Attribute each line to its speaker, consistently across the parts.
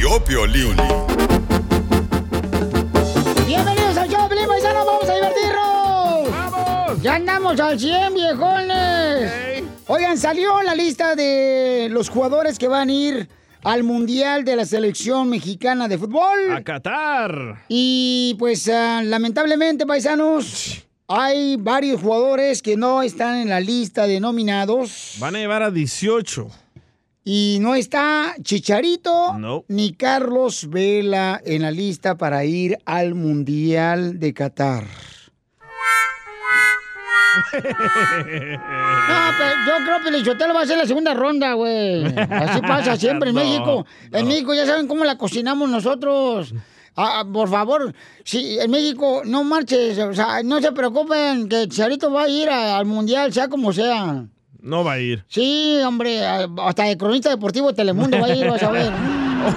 Speaker 1: propio Liuli.
Speaker 2: Bienvenidos al show, Pelín Paisano, vamos a divertirnos. ¡Vamos! Ya andamos al 100, viejones. Oigan, salió la lista de los jugadores que van a ir al Mundial de la Selección Mexicana de Fútbol.
Speaker 3: A Qatar.
Speaker 2: Y pues ah, lamentablemente, paisanos, hay varios jugadores que no están en la lista de nominados.
Speaker 3: Van a llevar a 18.
Speaker 2: Y no está Chicharito
Speaker 3: No.
Speaker 2: ni Carlos Vela en la lista para ir al Mundial de Qatar. No, pero yo creo que Pelichotelo va a ser la segunda ronda, güey. Así pasa siempre en
Speaker 4: No,
Speaker 2: México. En
Speaker 4: no.
Speaker 2: México ya saben cómo la cocinamos nosotros. Ah, ah, por favor, si en México no marches, o sea, no se preocupen que Charito va a ir a- al mundial, sea como sea.
Speaker 3: No va a ir.
Speaker 2: Sí, hombre, a- hasta de cronista deportivo de Telemundo va a ir, vas a ver.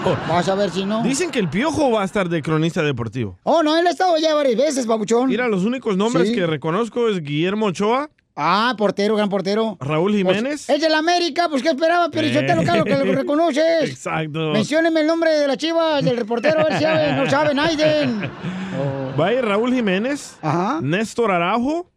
Speaker 3: Oh.
Speaker 2: Vas a ver si no.
Speaker 3: Dicen que el piojo va a estar de cronista deportivo.
Speaker 2: Oh, no, él ha estado ya varias veces, babuchón.
Speaker 3: Mira, los únicos nombres
Speaker 2: Sí.
Speaker 3: que reconozco es Guillermo Ochoa,
Speaker 2: Ah, portero, gran portero.
Speaker 3: Raúl Jiménez.
Speaker 2: Pues, es del América, pues ¿qué esperaba, Pelichotelo, claro que lo reconoces.
Speaker 3: Exacto.
Speaker 2: Mencióneme el nombre de la chivas, del reportero, a ver si sabe, no saben, Aiden.
Speaker 3: Va a ir Raúl Jiménez, Néstor Araujo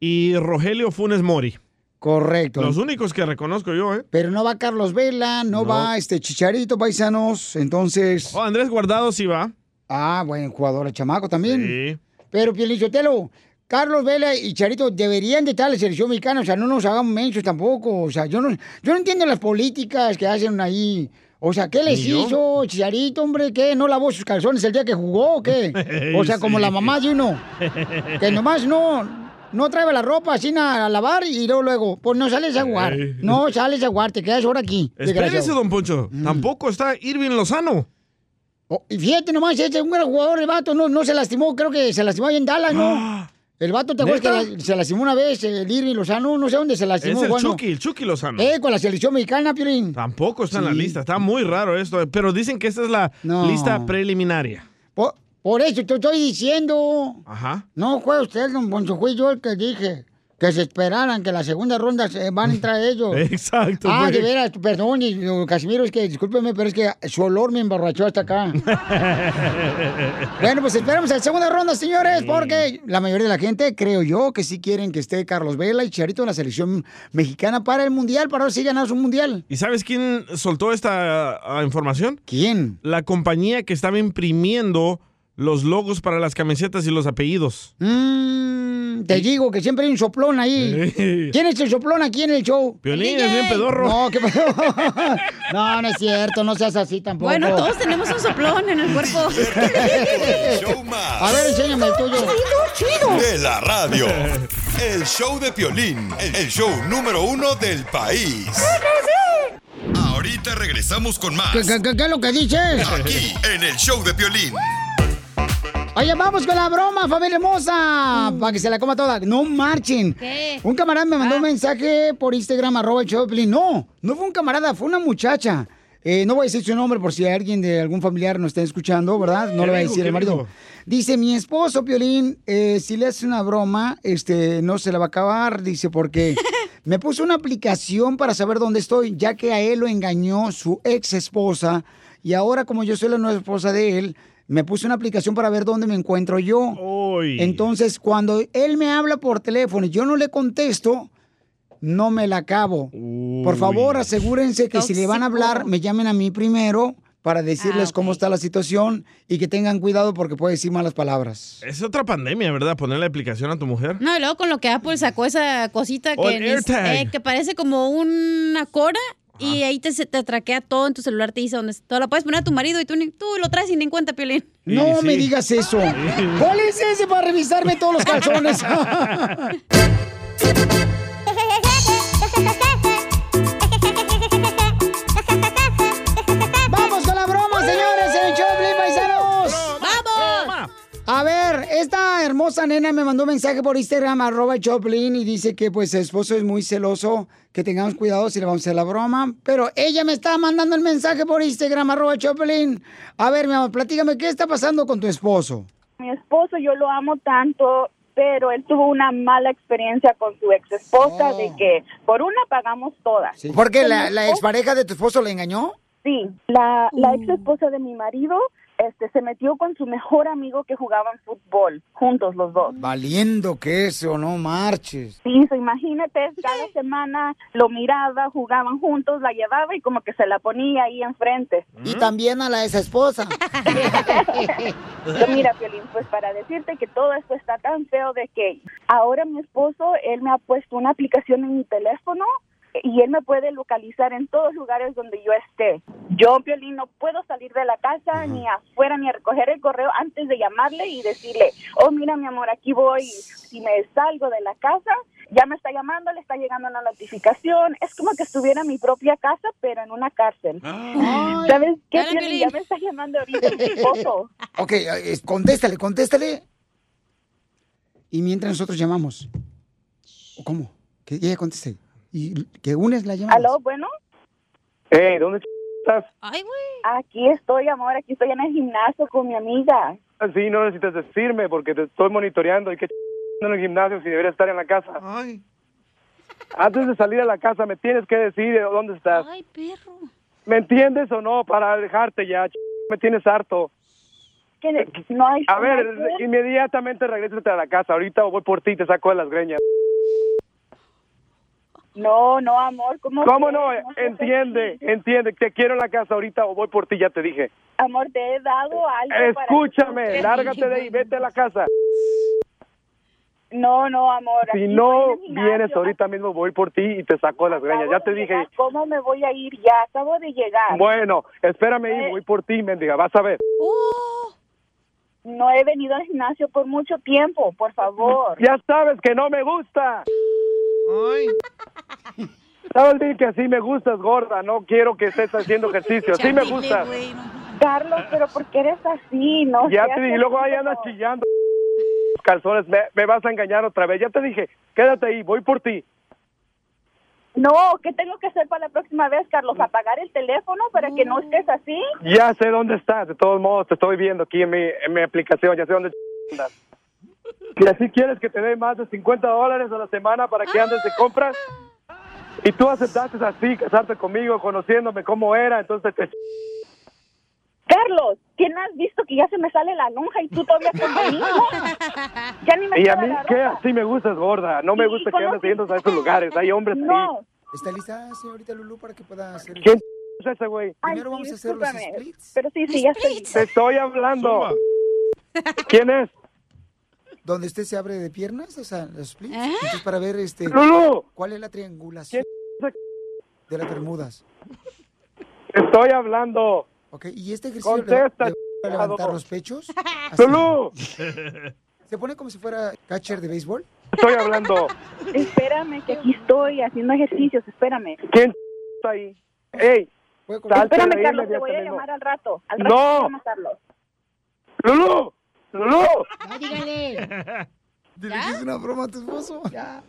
Speaker 3: y Rogelio Funes Mori.
Speaker 2: Correcto.
Speaker 3: Los únicos que reconozco yo, ¿eh?
Speaker 2: Pero no va Carlos Vela, no,
Speaker 3: No.
Speaker 2: va este Chicharito, paisanos, entonces...
Speaker 3: Oh, Andrés Guardado sí va.
Speaker 2: Ah, buen jugador, el chamaco también. Pero, Pielichotelo, Carlos Vela y Charito deberían de estar en la selección mexicana, o sea, no nos hagamos mensos tampoco, o sea, yo no, yo no entiendo las políticas que hacen ahí. O sea, ¿qué les
Speaker 4: Ni yo.
Speaker 2: hizo Chicharito, hombre? ¿Qué? ¿No lavó sus calzones el día que jugó o qué? O sea, como
Speaker 4: Sí.
Speaker 2: la mamá de uno. Que nomás no, no trae la ropa sin a, a lavar y luego, luego, pues no sales a jugar.
Speaker 3: Ey.
Speaker 2: No sales a jugar, te quedas ahora aquí.
Speaker 3: Espérese,
Speaker 2: desgraciado.
Speaker 3: don Poncho.
Speaker 2: Mm.
Speaker 3: Tampoco está Irving Lozano.
Speaker 2: Oh, y fíjate nomás, este es un gran jugador, el vato no, no se lastimó, creo que se lastimó ahí en Dallas, ¿no? El vato, ¿te acuerdas
Speaker 3: ¡Ah! ¿Neta?
Speaker 2: que la- se lastimó una vez, el Irving Lozano, no sé dónde se
Speaker 3: Es
Speaker 2: lastimó,
Speaker 3: el
Speaker 2: bueno.
Speaker 3: Chucky, el Chucky Lozano.
Speaker 2: Eh, con la selección mexicana, Piolín.
Speaker 3: Tampoco está en la
Speaker 2: Sí.
Speaker 3: lista. Está muy raro esto. eh, Pero dicen que esta es la
Speaker 2: No.
Speaker 3: lista preliminaria.
Speaker 2: Por, por eso te estoy diciendo.
Speaker 3: Ajá.
Speaker 2: No fue usted, don Poncho, fui yo el que dije que se esperaran que la segunda ronda se- van a entrar ellos.
Speaker 3: Exacto, pues.
Speaker 2: Ah,
Speaker 3: güey.
Speaker 2: de veras, perdón, y, y, Casimiro, es que discúlpeme, pero es que su olor me emborrachó hasta acá. Bueno, pues esperamos la segunda ronda, señores, porque la mayoría de la gente, creo yo, que sí quieren que esté Carlos Vela y Charito en la selección mexicana para el Mundial, para ver si ganas un Mundial.
Speaker 3: ¿Y sabes quién soltó esta ah, información?
Speaker 2: ¿Quién?
Speaker 3: La compañía que estaba imprimiendo los logos para las camisetas y los apellidos.
Speaker 2: Mm, te digo que siempre hay un soplón ahí.
Speaker 3: Sí.
Speaker 2: ¿Quién es el soplón aquí en el show?
Speaker 3: Piolín, es bien pedorro.
Speaker 2: No, qué pedo. No, no es cierto, no seas así ah, tampoco.
Speaker 5: Bueno, todos tenemos un soplón en el cuerpo.
Speaker 2: A ver, enséñame el tuyo.
Speaker 1: De la radio. El show de Piolín. El show número uno del país. Ahorita regresamos con más.
Speaker 2: ¿Qué, qué- qué- qué es lo que dices?
Speaker 1: Aquí, en el show de Piolín.
Speaker 2: Oye, vamos con la broma, familia hermosa. Para que se la coma toda. No marchen.
Speaker 4: ¿Qué?
Speaker 2: Un camarada me mandó un mensaje por Instagram, arroba el Choplin. No, no fue un camarada, fue una muchacha. Eh, no voy a decir su nombre por si alguien de algún familiar nos está escuchando, ¿verdad? No le
Speaker 4: ¿Qué
Speaker 2: voy a
Speaker 4: dijo?
Speaker 2: decir
Speaker 4: ¿Qué
Speaker 2: el marido.
Speaker 4: dijo?
Speaker 2: Dice, mi esposo, Piolín, eh, si le hace una broma, este, no se la va a acabar. Dice, porque me puso una aplicación para saber dónde estoy, ya que a él lo engañó su ex esposa. Y ahora, como yo soy la nueva esposa de él, me puso una aplicación para ver dónde me encuentro yo. Entonces, cuando él me habla por teléfono y yo no le contesto, no me la acabo. Por favor, asegúrense que si le van a hablar, me llamen a mí primero para decirles cómo está la situación y que tengan cuidado porque puede decir malas palabras.
Speaker 3: Es otra pandemia, ¿verdad? Poner la aplicación a tu mujer.
Speaker 5: No, y luego con lo que Apple sacó esa cosita
Speaker 3: O
Speaker 5: que,
Speaker 3: el
Speaker 5: ni-
Speaker 3: AirTag.
Speaker 5: eh, que parece como una cora y ahí te, se- te traquea todo en tu celular, te dice dónde está. La puedes poner a tu marido y tú, ni- tú lo traes sin en cuenta, Piolín.
Speaker 2: No me digas eso. ¿Cuál es ese para revisarme todos los calzones? ¡Vamos con la broma, señores! ¡En el show, de Piolín, paisanos!
Speaker 4: ¡Vamos!
Speaker 2: A ver, esta hermosa nena me mandó un mensaje por Instagram, arroba Choplin, y dice que pues su esposo es muy celoso, que tengamos cuidado si le vamos a hacer la broma. Pero ella me está mandando el mensaje por Instagram, arroba Choplin. A ver, mi amor, platícame, ¿qué está pasando con tu esposo?
Speaker 6: mi esposo, yo lo amo tanto, pero él tuvo una mala experiencia con su ex
Speaker 2: Ah.
Speaker 6: esposa de que por una pagamos todas.
Speaker 2: ¿Porque
Speaker 6: Con
Speaker 2: la,
Speaker 6: mi
Speaker 2: la
Speaker 6: esposo-
Speaker 2: expareja de tu esposo le engañó?
Speaker 6: Sí, la, la ex esposa de mi marido este, se metió con su mejor amigo que jugaban fútbol, juntos los dos.
Speaker 2: Valiendo que eso, no marches.
Speaker 6: Sí, so, imagínate, cada semana lo miraba, jugaban juntos, la llevaba y como que se la ponía ahí enfrente.
Speaker 2: Y también a la ex esposa.
Speaker 6: Pero mira, Piolín, pues para decirte que todo esto está tan feo de que ahora mi esposo, él me ha puesto una aplicación en mi teléfono y él me puede localizar en todos lugares donde yo esté. Yo, Piolín, no puedo salir de la casa ni afuera ni a recoger el correo antes de llamarle y decirle, oh, mira, mi amor, aquí voy. Si me salgo de la casa, ya me está llamando, le está llegando una notificación. Es como que estuviera en mi propia casa, pero en una cárcel. ¿Sabes qué,
Speaker 5: Dale,
Speaker 6: Piolín? Ya me está llamando ahorita mi esposo.
Speaker 2: Ok, eh, contéstale, contéstale. Y mientras nosotros llamamos. ¿O ¿Cómo? Que ella conteste. Y que unes la llamada.
Speaker 6: ¿Aló, bueno?
Speaker 4: Hey, Eh, ¿dónde ch- estás?
Speaker 5: Ay, güey.
Speaker 6: Aquí estoy, amor, aquí estoy en el gimnasio con mi amiga.
Speaker 4: Ah, Sí, no necesitas decirme porque te estoy monitoreando y que ch- en el gimnasio si debería estar en la casa.
Speaker 3: Ay.
Speaker 4: Antes de salir a la casa me tienes que decir eh, dónde estás.
Speaker 5: Ay, perro.
Speaker 4: ¿Me entiendes o no? Para alejarte ya, ch- me tienes harto.
Speaker 6: Que no hay
Speaker 4: A ver,
Speaker 6: forma de-
Speaker 4: inmediatamente regrésate a la casa. Ahorita voy por ti y te saco de las greñas.
Speaker 6: No, no, amor, ¿cómo?
Speaker 4: ¿Cómo
Speaker 6: que-
Speaker 4: no?
Speaker 6: se
Speaker 4: Entiende,
Speaker 6: puede?
Speaker 4: entiende. Te quiero en la casa ahorita o voy por ti, ya te dije.
Speaker 6: Amor, te he dado algo para-
Speaker 4: Escúchame, lárgate de ahí, vete a la casa.
Speaker 6: No, no, amor.
Speaker 4: Si
Speaker 6: aquí estoy en
Speaker 4: no
Speaker 6: el gimnasio.
Speaker 4: vienes ahorita mismo, voy por ti y te saco de las
Speaker 6: Acabo
Speaker 4: greñas. Ya
Speaker 6: de
Speaker 4: te dije.
Speaker 6: llegar, ¿Cómo me voy a ir? Ya acabo de llegar.
Speaker 4: Bueno, espérame ahí, voy por ti, mendiga. Vas a ver.
Speaker 6: Uh.
Speaker 5: Oh,
Speaker 6: No he venido al gimnasio por mucho tiempo, por favor.
Speaker 4: Ya sabes que no me gusta.
Speaker 3: Ay.
Speaker 4: Sabes bien que así me gustas, gorda. No quiero que estés haciendo ejercicio. Así me
Speaker 5: chale,
Speaker 4: gustas.
Speaker 5: güey, no.
Speaker 6: Carlos, pero ¿por qué eres así? No
Speaker 4: Ya
Speaker 6: seas
Speaker 4: te dije, y luego ahí
Speaker 6: así,
Speaker 4: andas
Speaker 6: no.
Speaker 4: chillando. Calzones, me, me vas a engañar otra vez. Ya te dije, quédate ahí, voy por ti.
Speaker 6: No, ¿qué tengo que hacer para la próxima vez, Carlos? ¿Apagar el teléfono para que no estés así?
Speaker 4: Ya sé dónde estás, de todos modos, te estoy viendo aquí en mi, en mi aplicación, ya sé dónde andas. Y así quieres que te dé más de 50 dólares a la semana para que andes de compras. Y tú aceptaste así, casarte conmigo, conociéndome cómo era, entonces te...
Speaker 6: Carlos, ¿quién has visto que ya se me sale la lonja y tú todavía estás conmigo? Ya ni me
Speaker 4: Y a
Speaker 6: queda
Speaker 4: mí,
Speaker 6: la
Speaker 4: ¿qué?
Speaker 6: ropa.
Speaker 4: Así me gustas, gorda. No me
Speaker 6: Y-
Speaker 4: gusta
Speaker 6: y
Speaker 4: que andes
Speaker 6: conoces-
Speaker 4: yendo a esos lugares. Hay hombres
Speaker 6: No,
Speaker 2: ¿Está lista, Ah, señorita Lulu, para que pueda hacer...
Speaker 4: ¿Quién así. Ese güey.
Speaker 6: ay,
Speaker 2: Primero vamos
Speaker 6: sí,
Speaker 2: a hacer los
Speaker 6: discúlpame,
Speaker 2: splits.
Speaker 6: Pero sí, sí, ya estoy.
Speaker 5: Split.
Speaker 4: Te estoy hablando.
Speaker 3: Zumba.
Speaker 4: ¿Quién es?
Speaker 2: Donde usted se abre de piernas, o sea, los splits.
Speaker 5: Ajá.
Speaker 2: Entonces, para ver este,
Speaker 4: Lulu.
Speaker 2: cuál es la triangulación de las Bermudas.
Speaker 4: Te estoy hablando.
Speaker 2: Ok, y este ejercicio le-
Speaker 4: Contesta,
Speaker 2: le- para levantar
Speaker 4: chingado.
Speaker 2: los pechos. así.
Speaker 4: Lulu.
Speaker 2: Se pone como si fuera catcher de béisbol.
Speaker 4: Estoy hablando.
Speaker 6: Espérame, que aquí estoy haciendo ejercicios, espérame.
Speaker 4: ¿Quién está ahí? Ey,
Speaker 2: Puede con-
Speaker 4: Sal-
Speaker 6: Espérame,
Speaker 4: Dale,
Speaker 6: Carlos,
Speaker 4: dile,
Speaker 6: te voy a
Speaker 4: dile,
Speaker 6: llamar al rato. Al
Speaker 4: No.
Speaker 6: rato te llamo, Carlos.
Speaker 4: Lulu. Lulu.
Speaker 2: Ya, dígale. Dile que es una broma a tu esposo. Ya.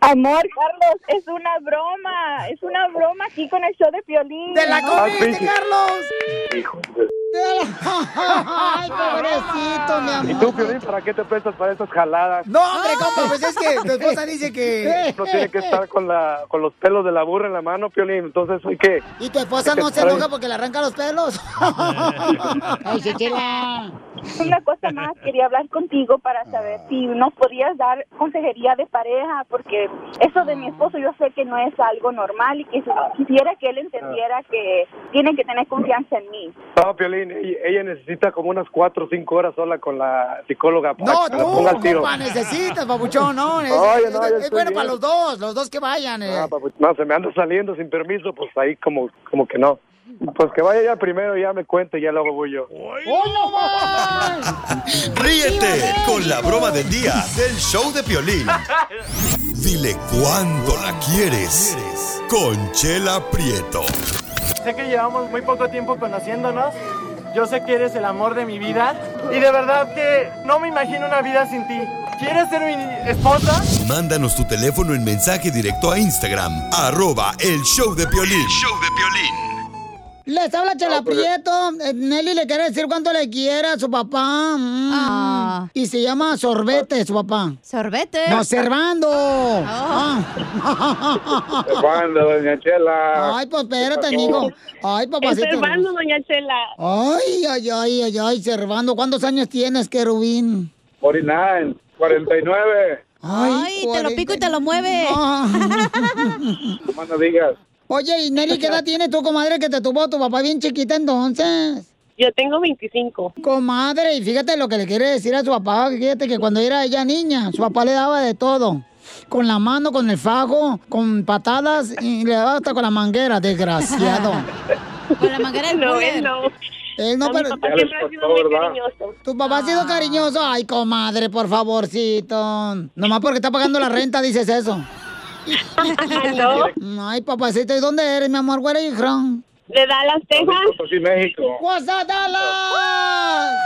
Speaker 6: Amor, Carlos, es una broma. Es una broma aquí con el show de Piolín.
Speaker 2: ¡Te la
Speaker 6: No,
Speaker 2: comiste,
Speaker 4: pinche.
Speaker 2: Carlos! ¡Te la- ¡Ay, pobrecito, mi
Speaker 4: ¿Y
Speaker 2: amor!
Speaker 4: tú, Piolín, para qué te prestas para esas jaladas?
Speaker 2: No, hombre, compa, pues es que tu esposa dice que...
Speaker 4: Uno tiene que estar con, la, con los pelos de la burra en la mano, Piolín. Entonces, ¿y qué?
Speaker 2: ¿Y tu esposa no se enoja porque le arranca los pelos? ¡Ay, se chela!
Speaker 6: Una cosa más, quería hablar contigo para saber si nos podías dar consejería de pareja, porque eso de mi esposo yo sé que no es algo normal y que si- quisiera que él entendiera que tiene que tener confianza en mí.
Speaker 4: No, Piolín, ella, ella necesita como unas cuatro o cinco horas sola con la psicóloga para
Speaker 2: No,
Speaker 7: Oh,
Speaker 4: que la ponga al
Speaker 2: tú,
Speaker 4: tiro.
Speaker 2: compa, necesitas, papuchón, no. Es,
Speaker 4: Ay,
Speaker 2: es-
Speaker 4: no, yo
Speaker 2: es
Speaker 4: estoy
Speaker 2: bueno
Speaker 4: bien.
Speaker 2: para los dos, los dos que vayan. eh.
Speaker 4: Ah, papu- no, se me anda saliendo sin permiso, pues ahí como, como que no. Pues que vaya ya primero, ya me cuente, ya luego voy yo.
Speaker 2: ¡Oh, no más!
Speaker 1: Ríete con la broma del día del show de Piolín. Dile cuándo la quieres. Conchela Prieto.
Speaker 8: Sé que llevamos muy poco tiempo conociéndonos. Yo sé que eres el amor de mi vida. Y de verdad que no me imagino una vida sin ti. ¿Quieres ser mi esposa?
Speaker 1: Mándanos tu teléfono en mensaje directo a Instagram. Arroba el show de Piolín. show de
Speaker 7: Les habla Chela
Speaker 9: No, pues-
Speaker 7: Prieto. Eh, Nelly le quiere decir cuánto le quiere a su papá. Mm. Y se llama Sorbete, su papá.
Speaker 10: ¿Sorbete?
Speaker 7: No, Servando. Oh. Ah.
Speaker 9: Servando, doña Chela.
Speaker 7: Ay, pues espérate, amigo. Ay, papacito.
Speaker 11: Es Servando,
Speaker 7: doña Chela. Ay, ay, ay, ay, ay, Servando. ¿Cuántos años tienes, querubín?
Speaker 9: 49, 49.
Speaker 7: Ay, te lo pico y Ah. te lo mueve.
Speaker 9: Nomás no digas.
Speaker 7: Oye, ¿y Nelly qué edad tienes tú, comadre, que te tuvo tu papá bien chiquita entonces? Yo tengo 25. Comadre, y fíjate lo que le quiere decir a su papá, fíjate que cuando era ella niña, su papá le daba de todo. Con la mano, con el fajo, con patadas y le daba hasta con la manguera, desgraciado.
Speaker 5: Con la manguera del
Speaker 11: No,
Speaker 5: cooler.
Speaker 11: él no.
Speaker 7: Él no,
Speaker 11: A mi
Speaker 7: pero-
Speaker 11: papá Ya siempre les ha sido costó, muy ¿verdad? cariñoso.
Speaker 7: Tu papá ha sido cariñoso. Ay, comadre, por favorcito. Nomás porque está pagando la renta, dices eso. Ay, papacito, ¿y dónde eres, mi amor? ¿Where are you from?
Speaker 11: De Dallas, Texas.
Speaker 9: Potosí, México.
Speaker 7: What's up, Dallas?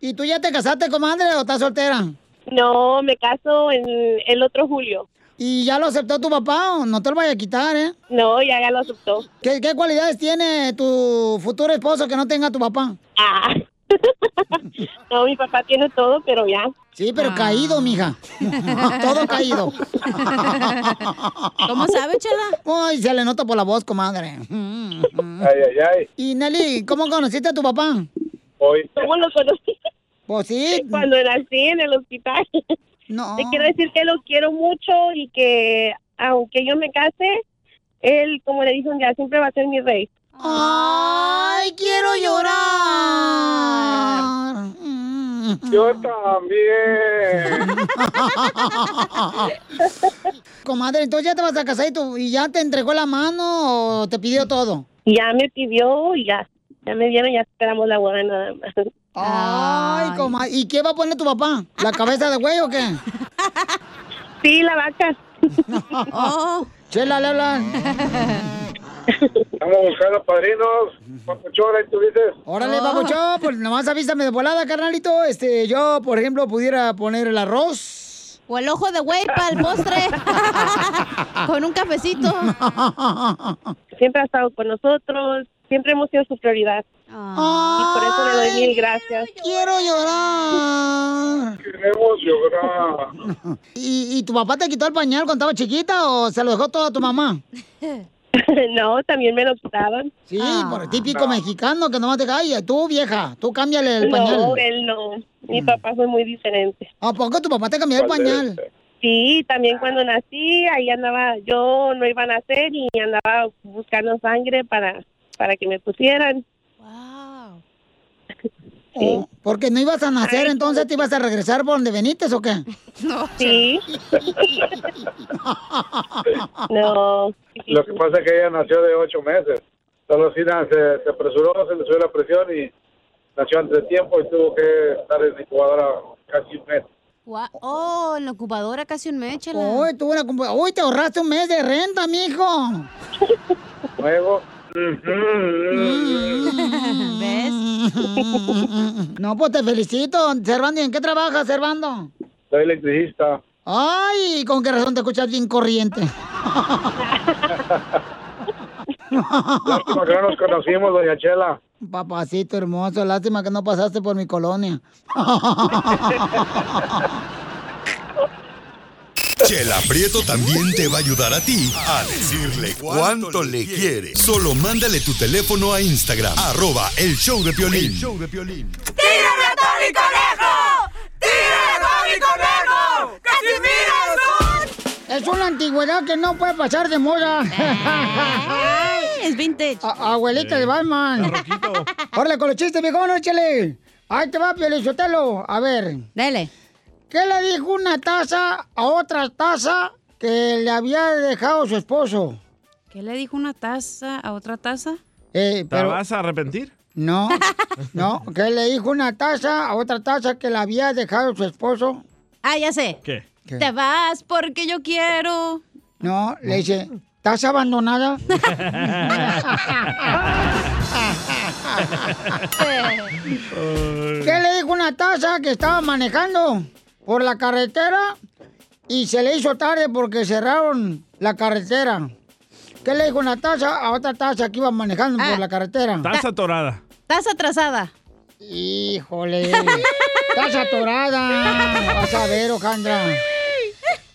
Speaker 7: ¿Y tú ya te casaste, comadre, o estás soltera?
Speaker 11: No, me caso en el otro julio.
Speaker 7: ¿Y ya lo aceptó tu papá o no te lo vaya a quitar, eh?
Speaker 11: No, ya, ya lo aceptó.
Speaker 7: ¿Qué, qué cualidades tiene tu futuro esposo que no tenga tu papá?
Speaker 11: Ah. no, mi papá tiene todo, pero ya.
Speaker 7: Sí,
Speaker 5: Ah.
Speaker 7: pero caído, mija. Todo caído.
Speaker 5: ¿Cómo sabe, Chela?
Speaker 7: Ay, se le nota por la voz, comadre.
Speaker 9: Ay, ay, ay.
Speaker 7: Y Nelly, ¿cómo conociste a tu papá?
Speaker 9: Hoy.
Speaker 11: ¿Cómo lo conocí?
Speaker 7: Pues sí.
Speaker 11: Cuando nací en el hospital.
Speaker 7: No.
Speaker 11: Te quiero decir que lo quiero mucho y que aunque yo me case, él, como le dije un día, siempre va a ser mi rey.
Speaker 5: Ah.
Speaker 7: ¡Ay, quiero llorar!
Speaker 9: Yo también.
Speaker 7: Comadre, entonces ya te vas a casar y, tú, y ya te entregó la mano o te pidió todo.
Speaker 11: Ya me pidió y ya. Ya me dieron, ya esperamos la boda nada más.
Speaker 5: Ah.
Speaker 7: Ay, comadre. ¿Y qué va a poner tu papá? ¿La cabeza de güey o qué?
Speaker 11: Sí, la vaca.
Speaker 7: Chela, le hablan.
Speaker 9: Estamos buscando padrinos. Papuchona, y tú dices.
Speaker 7: Órale, papuchón, pues nomás avísame de volada, carnalito. Este, yo, por ejemplo, pudiera poner el arroz.
Speaker 5: O el ojo de güey para el postre. Con un cafecito.
Speaker 11: Siempre ha estado con nosotros, siempre hemos sido su prioridad.
Speaker 5: Ah.
Speaker 11: Y por eso le doy mil gracias.
Speaker 7: Quiero llorar.
Speaker 9: Queremos llorar.
Speaker 7: ¿Y, y tu papá te quitó el pañal cuando estaba chiquita o se lo dejó todo a tu mamá?
Speaker 11: no, también me lo quitaban.
Speaker 7: Sí,
Speaker 10: Ah,
Speaker 7: por el típico mexicano que nomás te cae. "Ay, Tú, vieja, tú cámbiale el
Speaker 11: No,
Speaker 7: pañal. Mm.
Speaker 11: él no. Mi papá fue muy diferente.
Speaker 7: ¿A poco tu papá te cambió el
Speaker 11: ¿Cuál
Speaker 7: pañal?
Speaker 11: Sí, también cuando nací, ahí andaba, yo no iba a nacer y andaba buscando sangre para, para que me pusieran.
Speaker 7: Oh, porque no ibas a nacer, entonces te ibas a regresar por donde veniste o qué?
Speaker 11: Sí. no.
Speaker 9: Ah, Lo que pasa es que ella nació de ocho meses. Solo si se, se apresuró, se le subió la presión y nació antes de tiempo y tuvo que estar en la incubadora casi un mes.
Speaker 10: Gua- Oh, en la ocupadora casi un mes, chela.
Speaker 7: Uy, tú una compu- Uy, te ahorraste un mes de renta, mijo.
Speaker 9: Luego.
Speaker 7: ¿Ves? No, pues te felicito. Servando, ¿y en qué trabajas, Servando?
Speaker 9: Soy electricista.
Speaker 7: Ay, con qué razón te escuchas bien corriente.
Speaker 9: Lástima que no nos conocimos, doña Chela.
Speaker 7: Papacito hermoso, lástima que no pasaste por mi colonia.
Speaker 1: Chela Prieto también te va a ayudar a ti a decirle cuánto le quiere. Solo mándale tu teléfono a Instagram, arroba el show de Piolín.
Speaker 12: ¡Tírame a Tony Conejo! ¡Tírame a Tony Conejo! ¡Casimiro
Speaker 7: Es una antigüedad que no puede pasar de moda. es vintage. abuelita de Batman. Órale, con los chistes, viejo, no échale. Ahí te va, Pielizotelo. A ver. Dale. ¿Qué le dijo una taza a otra taza que le había dejado su esposo?
Speaker 5: ¿Qué le dijo una taza a otra taza?
Speaker 7: Eh,
Speaker 2: ¿Te
Speaker 7: pero-
Speaker 2: vas a arrepentir?
Speaker 7: No, no, que le dijo una taza a otra taza que le había dejado su esposo.
Speaker 5: Ah, ya sé.
Speaker 2: ¿Qué?
Speaker 5: Te vas porque yo quiero.
Speaker 7: No, le dice, ¿taza abandonada? ¿Qué le dijo una taza que estaba manejando por la carretera y se le hizo tarde porque cerraron la carretera?
Speaker 2: ¿Qué le dijo una taza a otra taza que iba manejando
Speaker 5: Ah.
Speaker 2: por la carretera?
Speaker 3: Estás atorada.
Speaker 5: Estás atrasada.
Speaker 2: Híjole. Estás atorada. Vas a ver, Ojandra.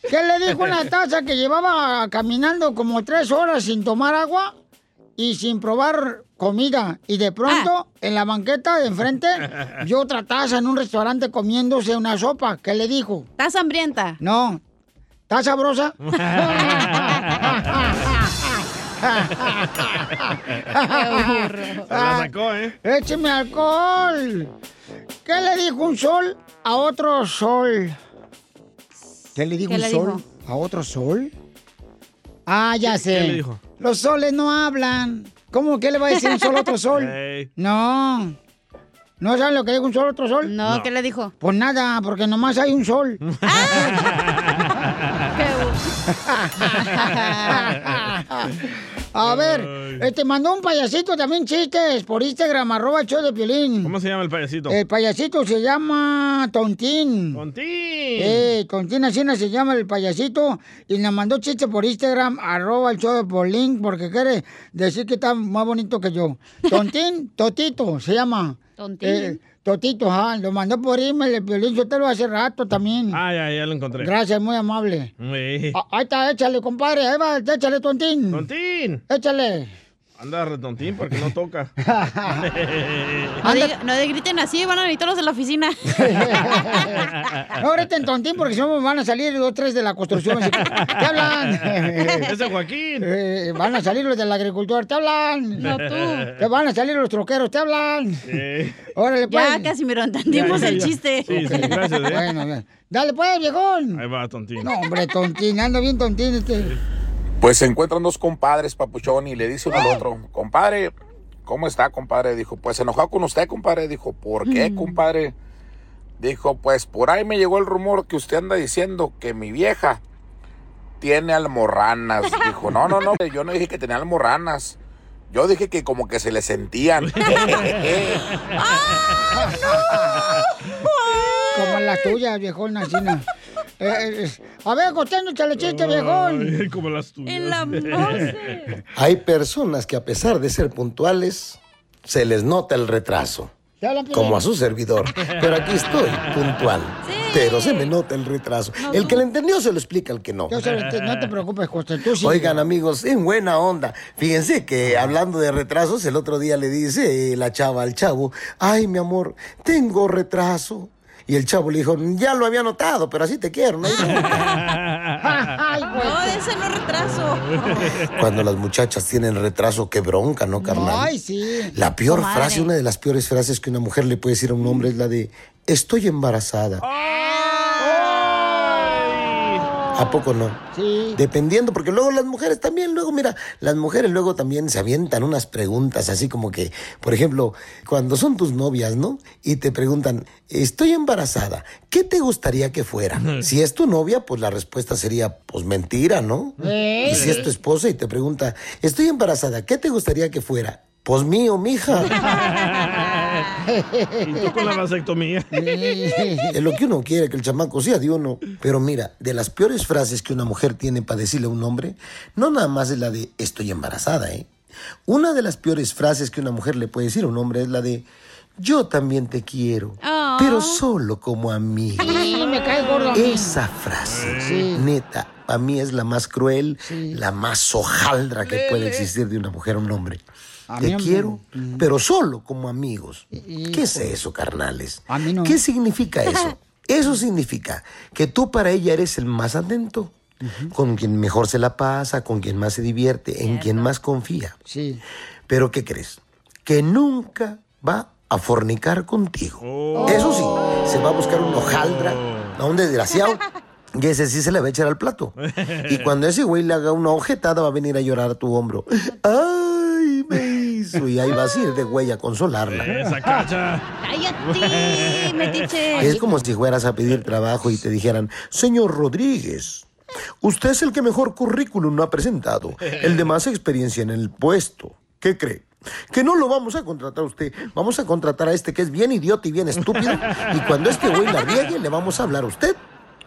Speaker 2: ¿Qué le dijo una taza que llevaba caminando como tres horas sin tomar agua y sin probar comida? Y de
Speaker 5: Ah.
Speaker 2: pronto, en la banqueta de enfrente, vio otra taza en un restaurante comiéndose una sopa. ¿Qué le dijo?
Speaker 5: ¿Estás hambrienta?
Speaker 2: No. ¿Estás sabrosa?
Speaker 12: Se la sacó, ¿eh?
Speaker 2: Ah, ¡Écheme alcohol! ¿Qué le dijo un sol a otro sol? ¿Qué le dijo
Speaker 12: ¿Qué
Speaker 2: un
Speaker 12: le
Speaker 2: sol
Speaker 12: dijo?
Speaker 2: a otro sol? Ah, ya sé.
Speaker 12: qué le dijo?
Speaker 2: Los soles no hablan. ¿Cómo que le va a decir un sol a otro sol?
Speaker 12: Ey.
Speaker 2: No. ¿No saben lo que dijo un sol a otro sol?
Speaker 5: No, No. ¿qué le dijo? Ah.
Speaker 2: Pues nada, porque nomás hay un sol. A ver, eh, te mandó un payasito también chistes por Instagram, arroba el show de Piolín.
Speaker 3: ¿Cómo se llama el payasito?
Speaker 2: El payasito se llama Tontín.
Speaker 3: Tontín.
Speaker 2: Eh, Tontín Asina se llama el payasito y nos mandó chistes por Instagram, arroba el show de Piolín, porque quiere decir que está más bonito que yo. Tontín, Totito se llama.
Speaker 5: Tontín.
Speaker 2: Eh, Totito, ajá, lo mandó por email el Piolín, yo te lo hace rato también.
Speaker 3: Ah, ya, ya lo encontré.
Speaker 2: Gracias, muy amable.
Speaker 3: Ey.
Speaker 2: Ah, Ahí está, échale, compadre. Ahí va, échale, tontín.
Speaker 3: Tontín.
Speaker 2: Échale.
Speaker 3: Anda retontín porque no toca.
Speaker 5: No, diga- no de griten así, van a gritarlos de la oficina.
Speaker 2: No ahorita en tontín porque si no van a salir los tres de la construcción. así que, ¿Te hablan? Eh,
Speaker 12: Ese
Speaker 3: Joaquín.
Speaker 2: van a salir los del agricultor. ¿Te hablan?
Speaker 12: No, tú.
Speaker 2: Te van a salir los troqueros. ¿Te hablan?
Speaker 3: Sí.
Speaker 2: Órale, pues.
Speaker 5: Ya, Casimiro, entendimos
Speaker 3: Ya, ya,
Speaker 5: el
Speaker 3: ya.
Speaker 5: chiste.
Speaker 3: Sí, sí, gracias. eh.
Speaker 2: Bueno, bien. Dale, pues, viejón.
Speaker 3: Ahí va, tontín.
Speaker 2: No, hombre, tontín. Ando bien tontín este.
Speaker 13: Pues se encuentran dos compadres, papuchón, y le dice uno al otro, compadre, ¿cómo está, compadre? Dijo, pues enojado con usted, compadre. Dijo, ¿por qué, compadre? Dijo, pues por ahí me llegó el rumor que usted anda diciendo que mi vieja tiene almorranas. Dijo, no, no, no, yo no dije que tenía almorranas. Yo dije que como que se le sentían.
Speaker 2: Como las tuyas, viejón, Asina. Eh, eh, a ver, contando, échale chiste, viejón.
Speaker 3: Ay, como las tuyas.
Speaker 2: En la
Speaker 12: Monse.
Speaker 14: Hay personas que a pesar de ser puntuales, se les nota el retraso,
Speaker 2: ¿Te hablan, pues. Piolín?
Speaker 14: como a su servidor. Pero aquí estoy, puntual. Pero se me nota el retraso. El que le entendió se lo explica al que no.
Speaker 2: Yo se lo ent- no te preocupes, Costa. Tú sí.
Speaker 14: Oigan amigos, en buena onda. Fíjense que hablando de retrasos, el otro día le dice la chava al chavo, ay mi amor, tengo retraso. Y el chavo le dijo, ya lo había notado, pero así te quiero. ¿no?"
Speaker 5: Ay, No, de ese no retraso.
Speaker 14: Cuando las muchachas tienen retraso, qué bronca, ¿no, carnal?
Speaker 2: Ay, sí.
Speaker 14: La peor
Speaker 2: Comadre.
Speaker 14: frase, una de las peores frases que una mujer le puede decir a un hombre es la de estoy embarazada. ¿A poco no?
Speaker 2: Sí.
Speaker 14: Dependiendo, porque luego las mujeres también, luego, mira, las mujeres luego también se avientan unas preguntas, así como que, por ejemplo, cuando son tus novias, ¿no? Y te preguntan, estoy embarazada, ¿qué te gustaría que fuera? Si es tu novia, pues la respuesta sería, pues mentira, ¿no?
Speaker 12: Eh.
Speaker 14: Y si es tu esposa y te pregunta, estoy embarazada, ¿qué te gustaría que fuera? Pues mío, mija.
Speaker 3: y tú con la vasectomía.
Speaker 14: Es lo que uno quiere, que el chamaco sea de uno. Pero mira, de las peores frases que una mujer tiene para decirle a un hombre, no nada más es la de estoy embarazada, ¿eh? Una de las peores frases que una mujer le puede decir a un hombre es la de yo también te quiero,
Speaker 2: Ah.
Speaker 14: pero solo como amiga.
Speaker 2: Sí, me cae gordo a mí.
Speaker 14: Esa frase,
Speaker 2: Sí.
Speaker 14: neta, a mí es la más cruel, la más hojaldra que puede existir de una mujer a un hombre.
Speaker 2: ¿eh? A mí Mm.
Speaker 14: Te
Speaker 2: no me-
Speaker 14: quiero, pero solo como amigos.
Speaker 2: Y-
Speaker 14: ¿Qué es eso, carnales?
Speaker 2: A mí no.
Speaker 14: ¿Qué significa eso? Eso significa que tú para ella eres el más atento, con quien mejor se la pasa, con quien más se divierte, en quien más confía.
Speaker 2: Sí.
Speaker 14: Pero ¿qué crees? Que nunca va a fornicar contigo. Eso sí, se va a buscar un hojaldra, a un desgraciado, y ese sí se le va a echar al plato. Y cuando ese güey le haga una ojetada, va a venir a llorar a tu hombro. ¡Ay, me hizo! Y ahí vas a ir de güey a consolarla.
Speaker 3: Esa cacha.
Speaker 5: Cállate, metiche.
Speaker 14: Es como si fueras a pedir trabajo y te dijeran, señor Rodríguez, usted es el que mejor currículum ha presentado, el de más experiencia en el puesto. ¿Qué cree? Que no lo vamos a contratar a usted, vamos a contratar a este que es bien idiota y bien estúpido, y cuando este güey la riegue le vamos a hablar a usted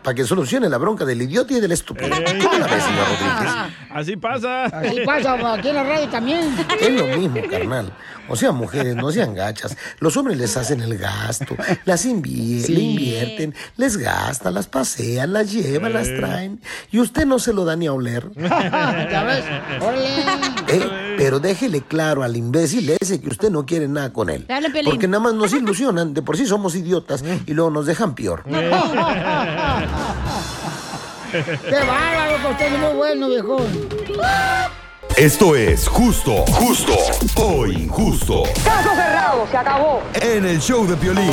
Speaker 14: para que solucione la bronca del idiota y del estúpido. ¿Cómo la ves, señor Rodríguez?
Speaker 3: Así pasa.
Speaker 2: Ah, Así pasa aquí en la radio también.
Speaker 14: Es lo mismo, carnal. O sea, mujeres, no sean gachas. Los hombres les hacen el gasto, las invierten,
Speaker 2: Sí.
Speaker 14: le invierten, les gastan, las pasean, las llevan, las
Speaker 12: Eh.
Speaker 14: traen. Y usted no se lo da ni a oler.
Speaker 2: Ah,
Speaker 12: ¿Ya ves?
Speaker 14: Eh, pero déjele claro al imbécil ese que usted no quiere nada con él.
Speaker 12: Dale, Pelín.
Speaker 14: Porque nada más nos ilusionan, de por sí somos idiotas y luego nos dejan peor.
Speaker 2: ¡Qué bárbaro! que Usted es muy bueno, viejo.
Speaker 1: Esto es justo, justo o injusto.
Speaker 2: ¡Caso cerrado! ¡Se acabó!
Speaker 1: En el show de Piolín.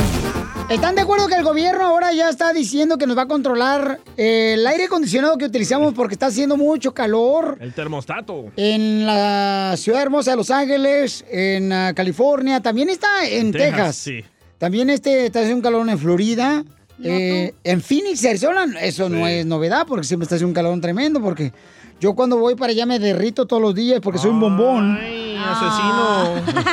Speaker 2: ¿Están de acuerdo que el gobierno ahora ya está diciendo que nos va a controlar eh, el aire acondicionado que utilizamos porque está haciendo mucho calor?
Speaker 3: El termostato.
Speaker 2: En la ciudad hermosa de Los Ángeles, en ah, California, también está en Texas.
Speaker 3: sí.
Speaker 2: También este está haciendo un calor en Florida. eh, en Phoenix, Arizona, eso no es novedad porque siempre está haciendo un calor tremendo porque yo cuando voy para allá me derrito todos los días porque soy un bombón. Ah.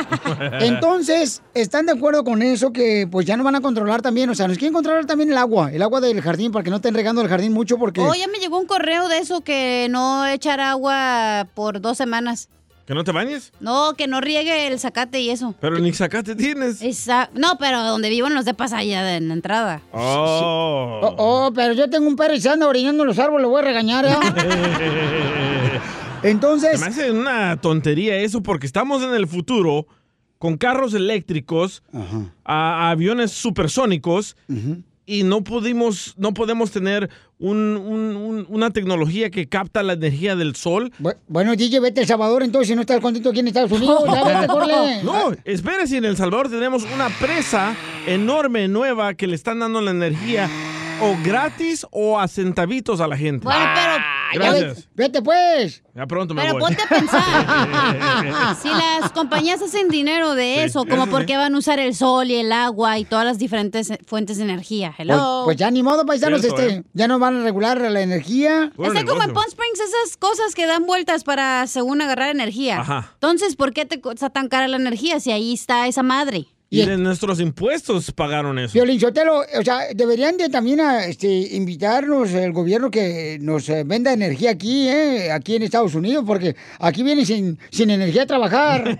Speaker 2: Entonces, ¿están de acuerdo con eso que pues ya no van a controlar también? O sea, nos quieren controlar también el agua, el agua del jardín para que no estén regando el jardín mucho porque...
Speaker 7: Oh, ya me llegó un correo de eso que no echar agua por dos semanas.
Speaker 3: ¿Que no te bañes?
Speaker 7: No, que no riegue el zacate y eso.
Speaker 3: Pero ni sacate tienes.
Speaker 7: Esa- No, pero donde vivo no los depas allá en la entrada.
Speaker 3: Oh.
Speaker 2: Oh, oh, pero yo tengo un perro y se anda orinando en los árboles, lo voy a regañar. ¿eh? Entonces.
Speaker 3: Me hace una tontería eso porque estamos en el futuro con carros eléctricos, a, a aviones supersónicos y no pudimos, no podemos tener un- un- un- una tecnología que capta la energía del sol.
Speaker 2: bueno, DJ, vete a El Salvador entonces si no estás contento aquí en Estados Unidos. Ya vete, corre.
Speaker 3: No, espera si en El Salvador tenemos una presa enorme, nueva, que le están dando la energía o gratis o a centavitos a la gente. Ah,
Speaker 7: Bueno, pero-
Speaker 2: Ya ve-
Speaker 3: Gracias.
Speaker 2: Vete pues.
Speaker 3: Ya pronto me
Speaker 7: Pero
Speaker 3: voy.
Speaker 7: ponte a pensar, Ah, si las compañías hacen dinero de
Speaker 3: Sí,
Speaker 7: eso, como
Speaker 3: eso
Speaker 7: por
Speaker 3: sí.
Speaker 7: qué van a usar el sol y el agua y todas las diferentes eh, fuentes de energía.
Speaker 2: Pues,
Speaker 7: Hello.
Speaker 2: pues ya ni modo, paisanos,
Speaker 7: Cierto,
Speaker 2: este,
Speaker 7: eh.
Speaker 2: ya no van a regular la energía.
Speaker 7: Está como en Palm Springs esas cosas que dan vueltas para según agarrar energía.
Speaker 3: Ajá.
Speaker 7: Entonces, ¿por qué te cuesta tan cara la energía si ahí está esa madre?
Speaker 3: Y de nuestros impuestos pagaron eso.
Speaker 2: Violín Sotelo, o sea, deberían de también a, este, invitarnos el gobierno que nos eh, venda energía aquí, ¿eh? aquí en Estados Unidos, porque aquí vienen sin, sin energía a trabajar.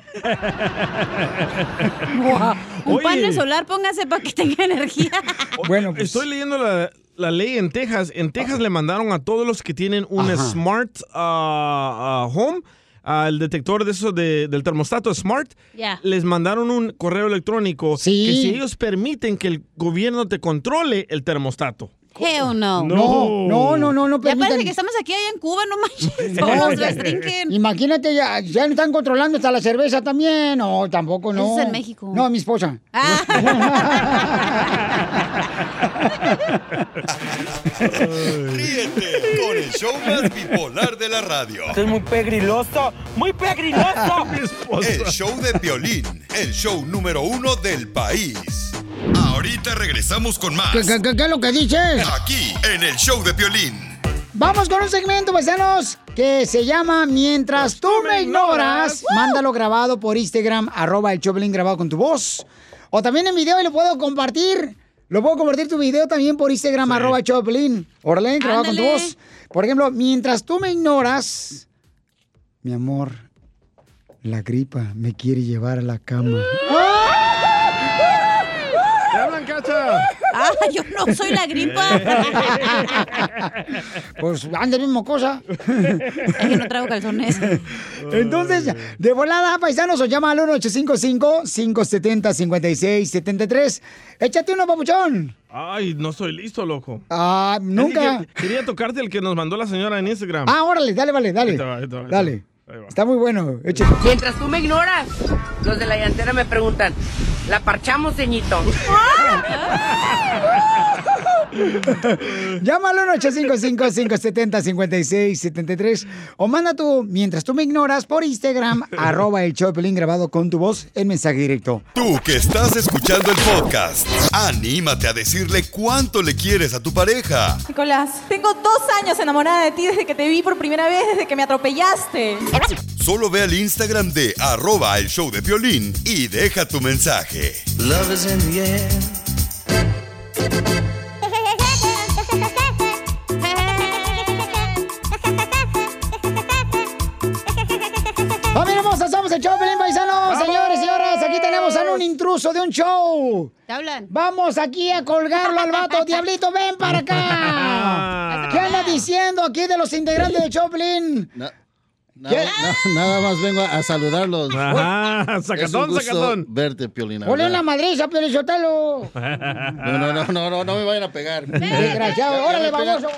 Speaker 7: Un
Speaker 3: Oye.
Speaker 7: panel solar, póngase para que tenga energía.
Speaker 2: Bueno,
Speaker 3: Estoy leyendo la, la ley en Texas. En Texas le mandaron a todos los que tienen un
Speaker 12: Ajá.
Speaker 3: smart ah, ah, home, ah, el detector de eso de- del termostato smart,
Speaker 12: Ya.
Speaker 3: les mandaron un correo electrónico que si ellos permiten que el gobierno te controle el termostato.
Speaker 7: Hell no.
Speaker 3: No, no, no,
Speaker 2: no, no
Speaker 7: Ya
Speaker 2: permitan.
Speaker 7: parece que estamos aquí allá en Cuba, no manches.
Speaker 2: No,
Speaker 7: Todos
Speaker 2: ya-
Speaker 7: las drinken.
Speaker 2: Imagínate, ya, ya no están controlando hasta la cerveza también. No, tampoco, no.
Speaker 7: Eso es en México.
Speaker 2: No, mi esposa.
Speaker 1: Ríete con el show más bipolar de la radio.
Speaker 8: Es muy pegriloso, muy pegriloso.
Speaker 1: El show de Piolín, el show número uno del país. Ahorita regresamos con más.
Speaker 2: ¿Qué, qué, qué- qué es lo que dices?
Speaker 1: Aquí, en el show de Piolín.
Speaker 2: Vamos con un segmento, paisanos, que se llama Mientras tú me ignoras. Mándalo grabado por Instagram, arroba el Choplin grabado con tu voz. O también en video y lo puedo compartir. Lo puedo compartir tu video también por Instagram, arroba el Choplin. Órale, grabado con tu
Speaker 12: Ándale.
Speaker 2: voz. Por ejemplo, mientras tú me ignoras, mi amor, la gripa me quiere llevar a la cama.
Speaker 3: ¡Te hablan, Cacha!
Speaker 7: ¡Ah, yo no soy la gripa!
Speaker 2: Pues anda mismo cosa.
Speaker 7: es que no traigo calzones.
Speaker 2: Entonces, de volada, paisanos, o llama al 1-855-570-5673. Échate uno, papuchón.
Speaker 3: Ay, no estoy listo, loco.
Speaker 2: Ah,
Speaker 3: Es
Speaker 2: nunca.
Speaker 3: que quería tocarte el que nos mandó la señora en Instagram.
Speaker 2: Ah, órale, dale, vale, dale.
Speaker 3: Ahí te va, ahí te va, ahí te
Speaker 2: Dale.
Speaker 3: va. Ahí va.
Speaker 2: Está muy bueno. Échate.
Speaker 15: Mientras tú me ignoras, los de la llantera me preguntan, ¿la parchamos, ceñito?
Speaker 2: Llámalo al 855-570-5673 o manda tú, mientras tú me ignoras, por Instagram, arroba el show de Piolín grabado con tu voz en mensaje directo.
Speaker 1: Tú que estás escuchando el podcast, anímate a decirle cuánto le quieres a tu pareja.
Speaker 16: Nicolás, tengo dos años enamorada de ti desde que te vi por primera vez, desde que me atropellaste.
Speaker 1: Solo ve al Instagram de arroba el show de Piolín y deja tu mensaje.
Speaker 12: Love is in the air.
Speaker 2: familia hermosa! ¡Somos el show, Pelín Paisanos! Señores, señoras, aquí tenemos a un intruso de un show.
Speaker 7: Te hablan.
Speaker 2: Vamos aquí a colgarlo al vato. Diablito, ven para acá. ¿Qué anda diciendo aquí de los integrantes de Choplin?
Speaker 17: Na- na-
Speaker 2: ¿Qué?
Speaker 17: na- nada más vengo a, a saludarlos.
Speaker 3: Ajá,
Speaker 17: Es un
Speaker 3: sacatón,
Speaker 17: gusto
Speaker 3: sacatón.
Speaker 17: Verte, Piolina.
Speaker 2: Ponle una madriza, Pio Lizotelo.
Speaker 17: No, no, no, no, no, no me vayan a pegar.
Speaker 2: Desgraciado, órale, baboso.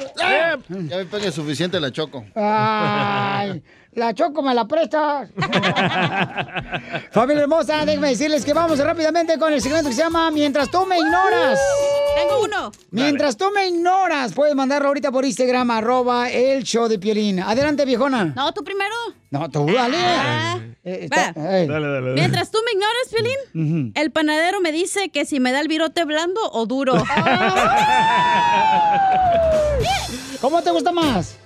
Speaker 17: Ya me pegué suficiente la choco.
Speaker 2: Ay, la choco me la prestas. Familia hermosa, déjenme decirles que vamos rápidamente con el segmento que se llama Mientras tú me ignoras.
Speaker 5: Tengo uno.
Speaker 2: Mientras tú me ignoras, puedes mandarlo ahorita por Instagram, arroba el show de Piolín. Adelante, viejona.
Speaker 5: No, tú primero.
Speaker 2: No, tú, Oh, dale.
Speaker 5: Ah.
Speaker 2: Eh, está- eh.
Speaker 5: Mientras tú me ignoras, Piolín,
Speaker 2: Ujú.
Speaker 5: el panadero me dice que si me da el virote blando o duro.
Speaker 2: ¿Cómo te gusta más?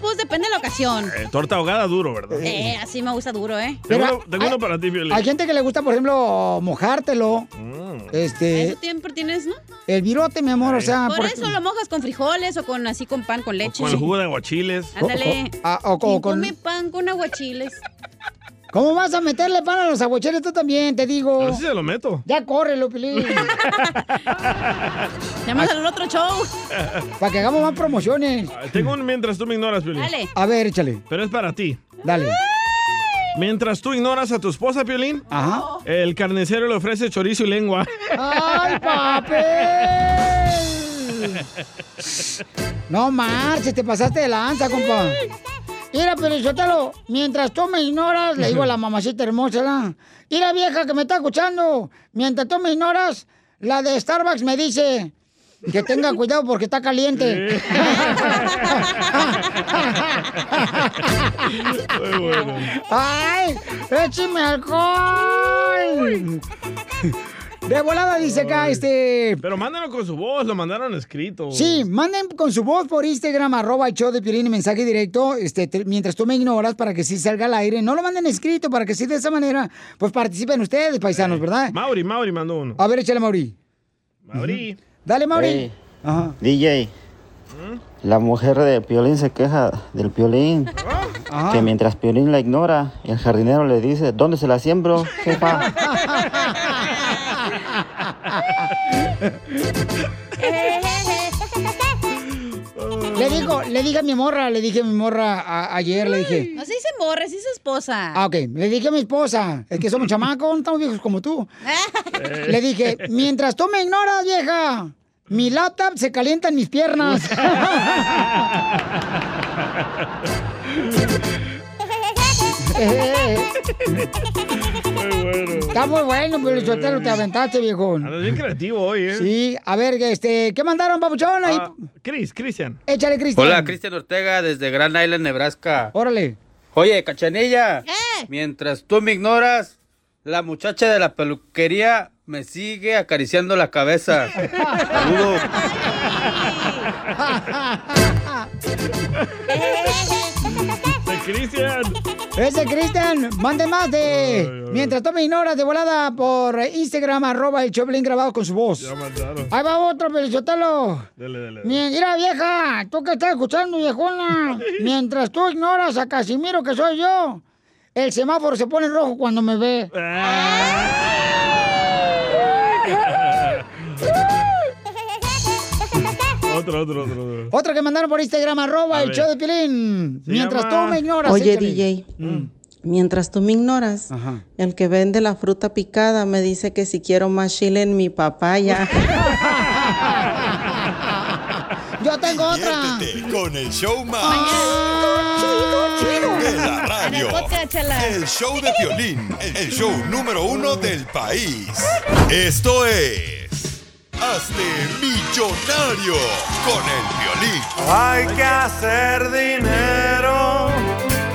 Speaker 5: Pues depende de la ocasión.
Speaker 3: Eh, torta ahogada duro, ¿verdad?
Speaker 5: Eh, así me gusta duro, ¿eh?
Speaker 3: Tengo,
Speaker 2: Pero,
Speaker 3: uno, tengo uno para ti, Violín.
Speaker 2: Hay gente que le gusta, por ejemplo, mojártelo. Este,
Speaker 5: Eso siempre tienes, Mm. ¿no?
Speaker 2: el virote, mi amor, o sea,
Speaker 5: por,
Speaker 2: por-
Speaker 5: eso lo mojas con frijoles o con así con pan con leche.
Speaker 3: Con el jugo de aguachiles.
Speaker 5: Ándale.
Speaker 2: Ah, o- o
Speaker 5: Y
Speaker 2: con-
Speaker 5: Come pan con aguachiles.
Speaker 2: ¿Cómo vas a meterle pan a los aguacheles tú también? Te digo.
Speaker 3: A ver si se lo meto.
Speaker 2: Ya córrelo, Pilín.
Speaker 5: Llamas
Speaker 2: Ah.
Speaker 5: al otro show.
Speaker 2: Para que hagamos más promociones.
Speaker 3: Ah, Tengo un mientras tú me ignoras, Violín.
Speaker 5: Dale.
Speaker 2: A ver, échale.
Speaker 3: Pero es para ti.
Speaker 2: Dale.
Speaker 3: Mientras tú ignoras a tu esposa, Piolín,
Speaker 2: Ajá.
Speaker 3: el carnicero le ofrece chorizo y lengua.
Speaker 2: ¡Ay, papel! No marches, te pasaste de lanza, compa. Mira, Pelichotelo, mientras tú me ignoras, le digo a la mamacita hermosa, ¿la? Mira, vieja que me está escuchando, mientras tú me ignoras, la de Starbucks me dice que tenga cuidado porque está caliente. ¡Ay! ¡Écheme alcohol! De volada dice acá, este...
Speaker 3: Pero mándalo con su voz, lo mandaron escrito.
Speaker 2: Sí, manden con su voz por Instagram, arroba el show de Piolín, mensaje directo, este, te- mientras tú me ignoras, para que sí salga al aire. No lo manden escrito, para que sí de esa manera, pues participen ustedes, paisanos, ¿verdad?
Speaker 3: Mauri, Mauri mandó uno.
Speaker 2: A ver, échale, Mauri.
Speaker 3: Mauri.
Speaker 2: Dale, Mauri.
Speaker 18: Ey, DJ, la mujer de Piolín se queja del Piolín. Que mientras Piolín la ignora, el jardinero le dice, ¿dónde se la siembro, jefa?
Speaker 2: Le digo, Oh, le dije a mi morra, le dije a mi morra a- ayer, le dije.
Speaker 5: No Pues se dice morra, se dice esposa.
Speaker 2: Ah, ok. Le dije a mi esposa, es que somos chamacos, no estamos viejos como tú. Le dije, mientras tú me ignoras, vieja, mi laptop se calienta en mis piernas. Está muy bueno, pero el soltero te aventaste, viejo.
Speaker 3: Andas Ah, bien creativo hoy, ¿eh?
Speaker 2: Sí, a ver, este, ¿qué mandaron, papuchón? Ahí,
Speaker 3: Ah, Cris, Cristian.
Speaker 2: échale, Cristian.
Speaker 19: Hola, Cristian Ortega desde Grand Island, Nebraska.
Speaker 2: Órale.
Speaker 19: Oye, cachanilla. Mientras tú me ignoras, la muchacha de la peluquería me sigue acariciando la cabeza. Saludos.
Speaker 3: Cristian.
Speaker 2: Ese Cristian, mande más de. Mientras tome ignoras de volada por Instagram, arroba el Choplin grabado con su voz.
Speaker 3: Ya mandaron.
Speaker 2: Ahí va otro, Pelichotelo.
Speaker 3: Dale, dale. dale.
Speaker 2: Mi- Mira, vieja, tú que estás escuchando, viejona. Mientras tú ignoras a Casimiro, que soy yo, el semáforo se pone rojo cuando me ve.
Speaker 3: Ah, Otro, otro, otro, otro.
Speaker 2: Otro que mandaron por Instagram, arroba
Speaker 3: A
Speaker 2: el
Speaker 3: ver.
Speaker 2: show de Pilín. Mientras
Speaker 3: llama- Mm.
Speaker 2: tú me ignoras.
Speaker 20: Oye,
Speaker 2: échale.
Speaker 20: DJ, mientras tú me ignoras, el que vende la fruta picada me dice que si quiero más chile en mi papaya.
Speaker 2: Yo tengo
Speaker 1: otra. Con el show más.
Speaker 2: Chido,
Speaker 1: De la radio.
Speaker 5: En el podcast, chala.
Speaker 1: El show de violín. El show número uno del país. Esto es. Hazte millonario con el violín.
Speaker 21: Hay que hacer dinero.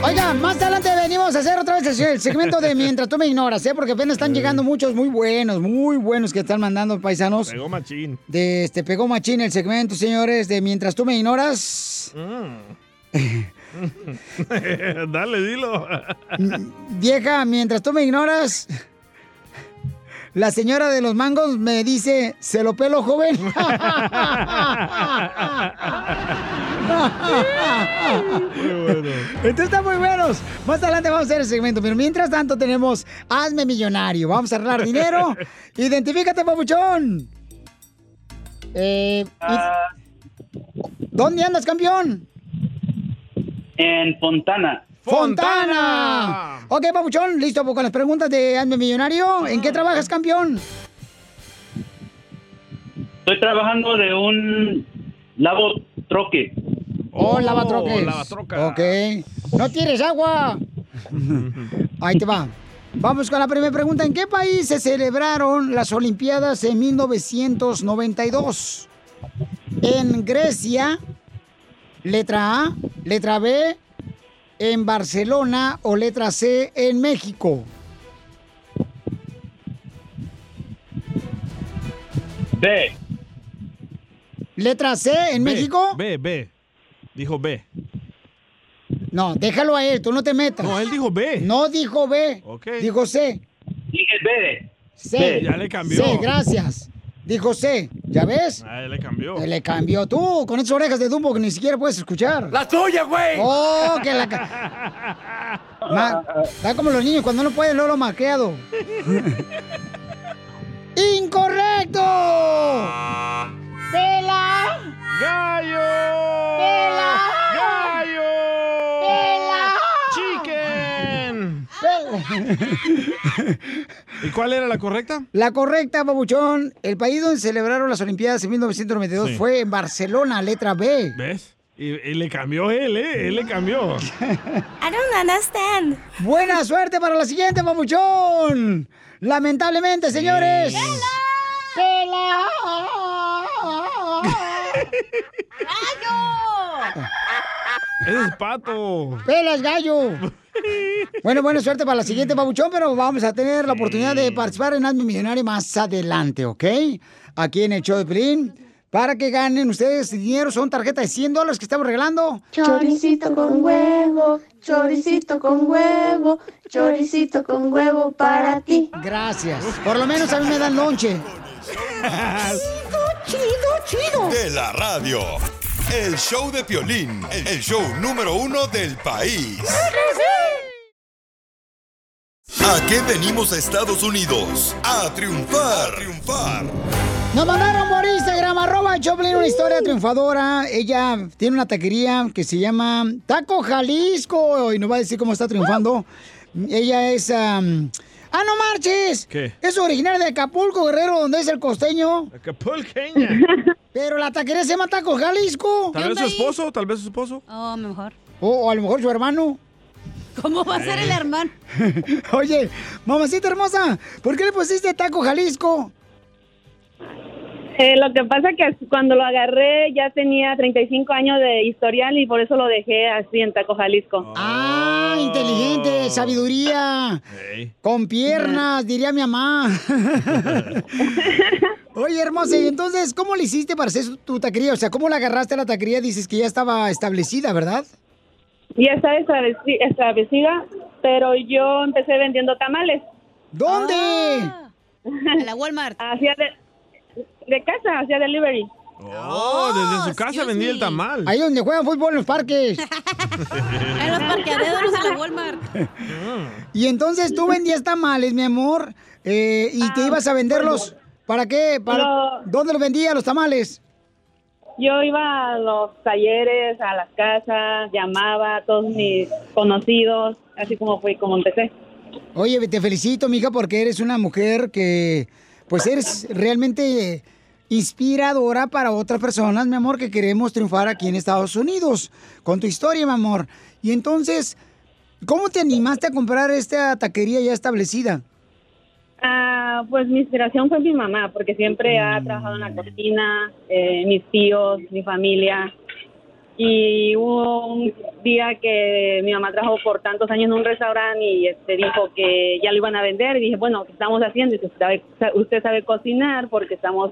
Speaker 2: Oiga, más adelante venimos a hacer otra vez el segmento de Mientras tú me ignoras, ¿eh? Porque apenas están llegando muchos muy buenos, muy buenos que están mandando paisanos.
Speaker 3: Pegó machín.
Speaker 2: De este Pegó Machín el segmento, señores, de Mientras tú me ignoras.
Speaker 3: Mm. Dale, dilo.
Speaker 2: Vieja, mientras tú me ignoras, la señora de los mangos me dice, se lo pelo joven. Entonces están muy buenos. Más adelante vamos a hacer el segmento, pero mientras tanto tenemos Hazme Millonario. Vamos a arreglar dinero. Identifícate, papuchón. Eh, y- ¿Dónde andas, campeón?
Speaker 22: En Fontana.
Speaker 2: ¡Fontana! Ok, papuchón, listo pues, con las preguntas de Hazme Millonario. ¿En qué trabajas, campeón?
Speaker 22: Estoy trabajando de un lavo troque.
Speaker 2: Oh, lavatroques.
Speaker 22: lavatroca.
Speaker 2: Ok. No tienes agua. Ahí te va. Vamos con la primera pregunta. ¿En qué país se celebraron las Olimpiadas en 1992? En Grecia, letra A, letra B, en Barcelona o letra C, en México.
Speaker 22: B.
Speaker 2: Letra C, en
Speaker 3: B,
Speaker 2: México.
Speaker 3: B, B. Dijo B.
Speaker 2: No, déjalo a él, tú no te metas. No, él dijo B. No dijo B. Dijo C.
Speaker 22: Dije B.
Speaker 2: C.
Speaker 22: B. Ya le cambió.
Speaker 2: C, gracias. Dijo C. ¿Ya ves?
Speaker 3: Ah, él le cambió.
Speaker 2: Que Le cambió tú, con esas orejas de Dumbo que ni siquiera puedes escuchar.
Speaker 22: ¡La tuya, güey!
Speaker 2: ¡Oh, que la... ca- Ma- Da como los niños cuando no pueden, luego lo maqueado. ¡Incorrecto! ¡Pela!
Speaker 3: ¡Gallo!
Speaker 12: ¡Pela!
Speaker 3: ¡Gallo!
Speaker 12: ¡Pela!
Speaker 3: ¡Chicken! ¿Y cuál era la correcta?
Speaker 2: La correcta, babuchón. El país donde celebraron las Olimpiadas en 1992
Speaker 3: Sí.
Speaker 2: fue en Barcelona, letra B.
Speaker 3: ¿Ves? Y, y le cambió él, ¿eh? Él le cambió.
Speaker 2: I don't understand. Buena suerte para la siguiente, babuchón. Lamentablemente, señores. ¡Pela!
Speaker 3: Ese es pato.
Speaker 2: ¡Pelas, gallo! Bueno, buena suerte para la siguiente, babuchón, pero vamos a tener la oportunidad de participar en Hazme Millonario más adelante, ¿ok? Aquí en el show de Pelín. Para que ganen ustedes dinero, son tarjetas de 100 dólares que estamos regalando.
Speaker 12: Choricito con huevo, choricito con huevo, choricito con huevo para ti.
Speaker 2: Gracias. Por lo menos a mí me dan lonche.
Speaker 1: Chido,
Speaker 2: chido, chido.
Speaker 1: De la radio. El show de Piolín, el el show número uno del país. ¿A qué venimos a Estados Unidos? A triunfar. triunfar.
Speaker 2: Nos mandaron por Instagram, arroba el Choplin, una historia triunfadora. Ella tiene una taquería que se llama Taco Jalisco y nos va a decir cómo está triunfando. Ella es... am, ¡Ah, no marches!
Speaker 12: ¿Qué?
Speaker 2: Es originaria de Acapulco, Guerrero, donde es el costeño.
Speaker 3: pues, Acapulqueña.
Speaker 2: Pero la taquería se llama Taco Jalisco.
Speaker 3: Tal vez su esposo, tal vez su esposo.
Speaker 2: Oh, mejor. O, o a lo mejor su hermano.
Speaker 5: ¿Cómo va a ser
Speaker 3: Eh.
Speaker 5: el hermano?
Speaker 2: Oye, mamacita hermosa, ¿por qué le pusiste Taco Jalisco?
Speaker 11: Eh, lo que pasa que cuando lo agarré ya tenía 35 años de historial y por eso lo dejé así en Taco Jalisco.
Speaker 2: Ah, inteligente, sabiduría. Con piernas, diría mi mamá. Oye, hermosa, y entonces, ¿cómo le hiciste para hacer su- tu taquería? O sea, ¿cómo la agarraste a la taquería? Dices que ya estaba establecida, ¿verdad?
Speaker 11: Ya está estableci- establecida, pero yo empecé vendiendo tamales.
Speaker 2: ¿Dónde?
Speaker 11: En Ah, la Walmart. Hacia de, de casa, hacia delivery.
Speaker 3: Oh, desde su casa vendía el tamal.
Speaker 2: Ahí donde juegan fútbol en los parques.
Speaker 5: En los parqueaderos de la Walmart.
Speaker 2: Y entonces tú vendías tamales, mi amor, eh, y
Speaker 11: Ah,
Speaker 2: te ibas a venderlos. ¿Para qué? ¿Para... ¿Dónde los vendías los tamales?
Speaker 11: Yo iba a los talleres, a las casas, llamaba a todos mis conocidos, así como fue como empecé.
Speaker 2: Oye, te felicito, mija, porque eres una mujer que, pues, eres realmente eh, inspiradora para otras personas, mi amor, que queremos triunfar aquí en Estados Unidos con tu historia, mi amor. Y entonces, ¿cómo te animaste a comprar esta taquería ya establecida?
Speaker 11: Ah, pues mi inspiración fue mi mamá, porque siempre ha trabajado en la cocina, eh, mis tíos, mi familia. Y hubo un día que mi mamá trabajó por tantos años en un restaurante y este, dijo que ya lo iban a vender. Y dije, bueno, ¿qué estamos haciendo? Y dice, usted sabe, usted sabe cocinar porque estamos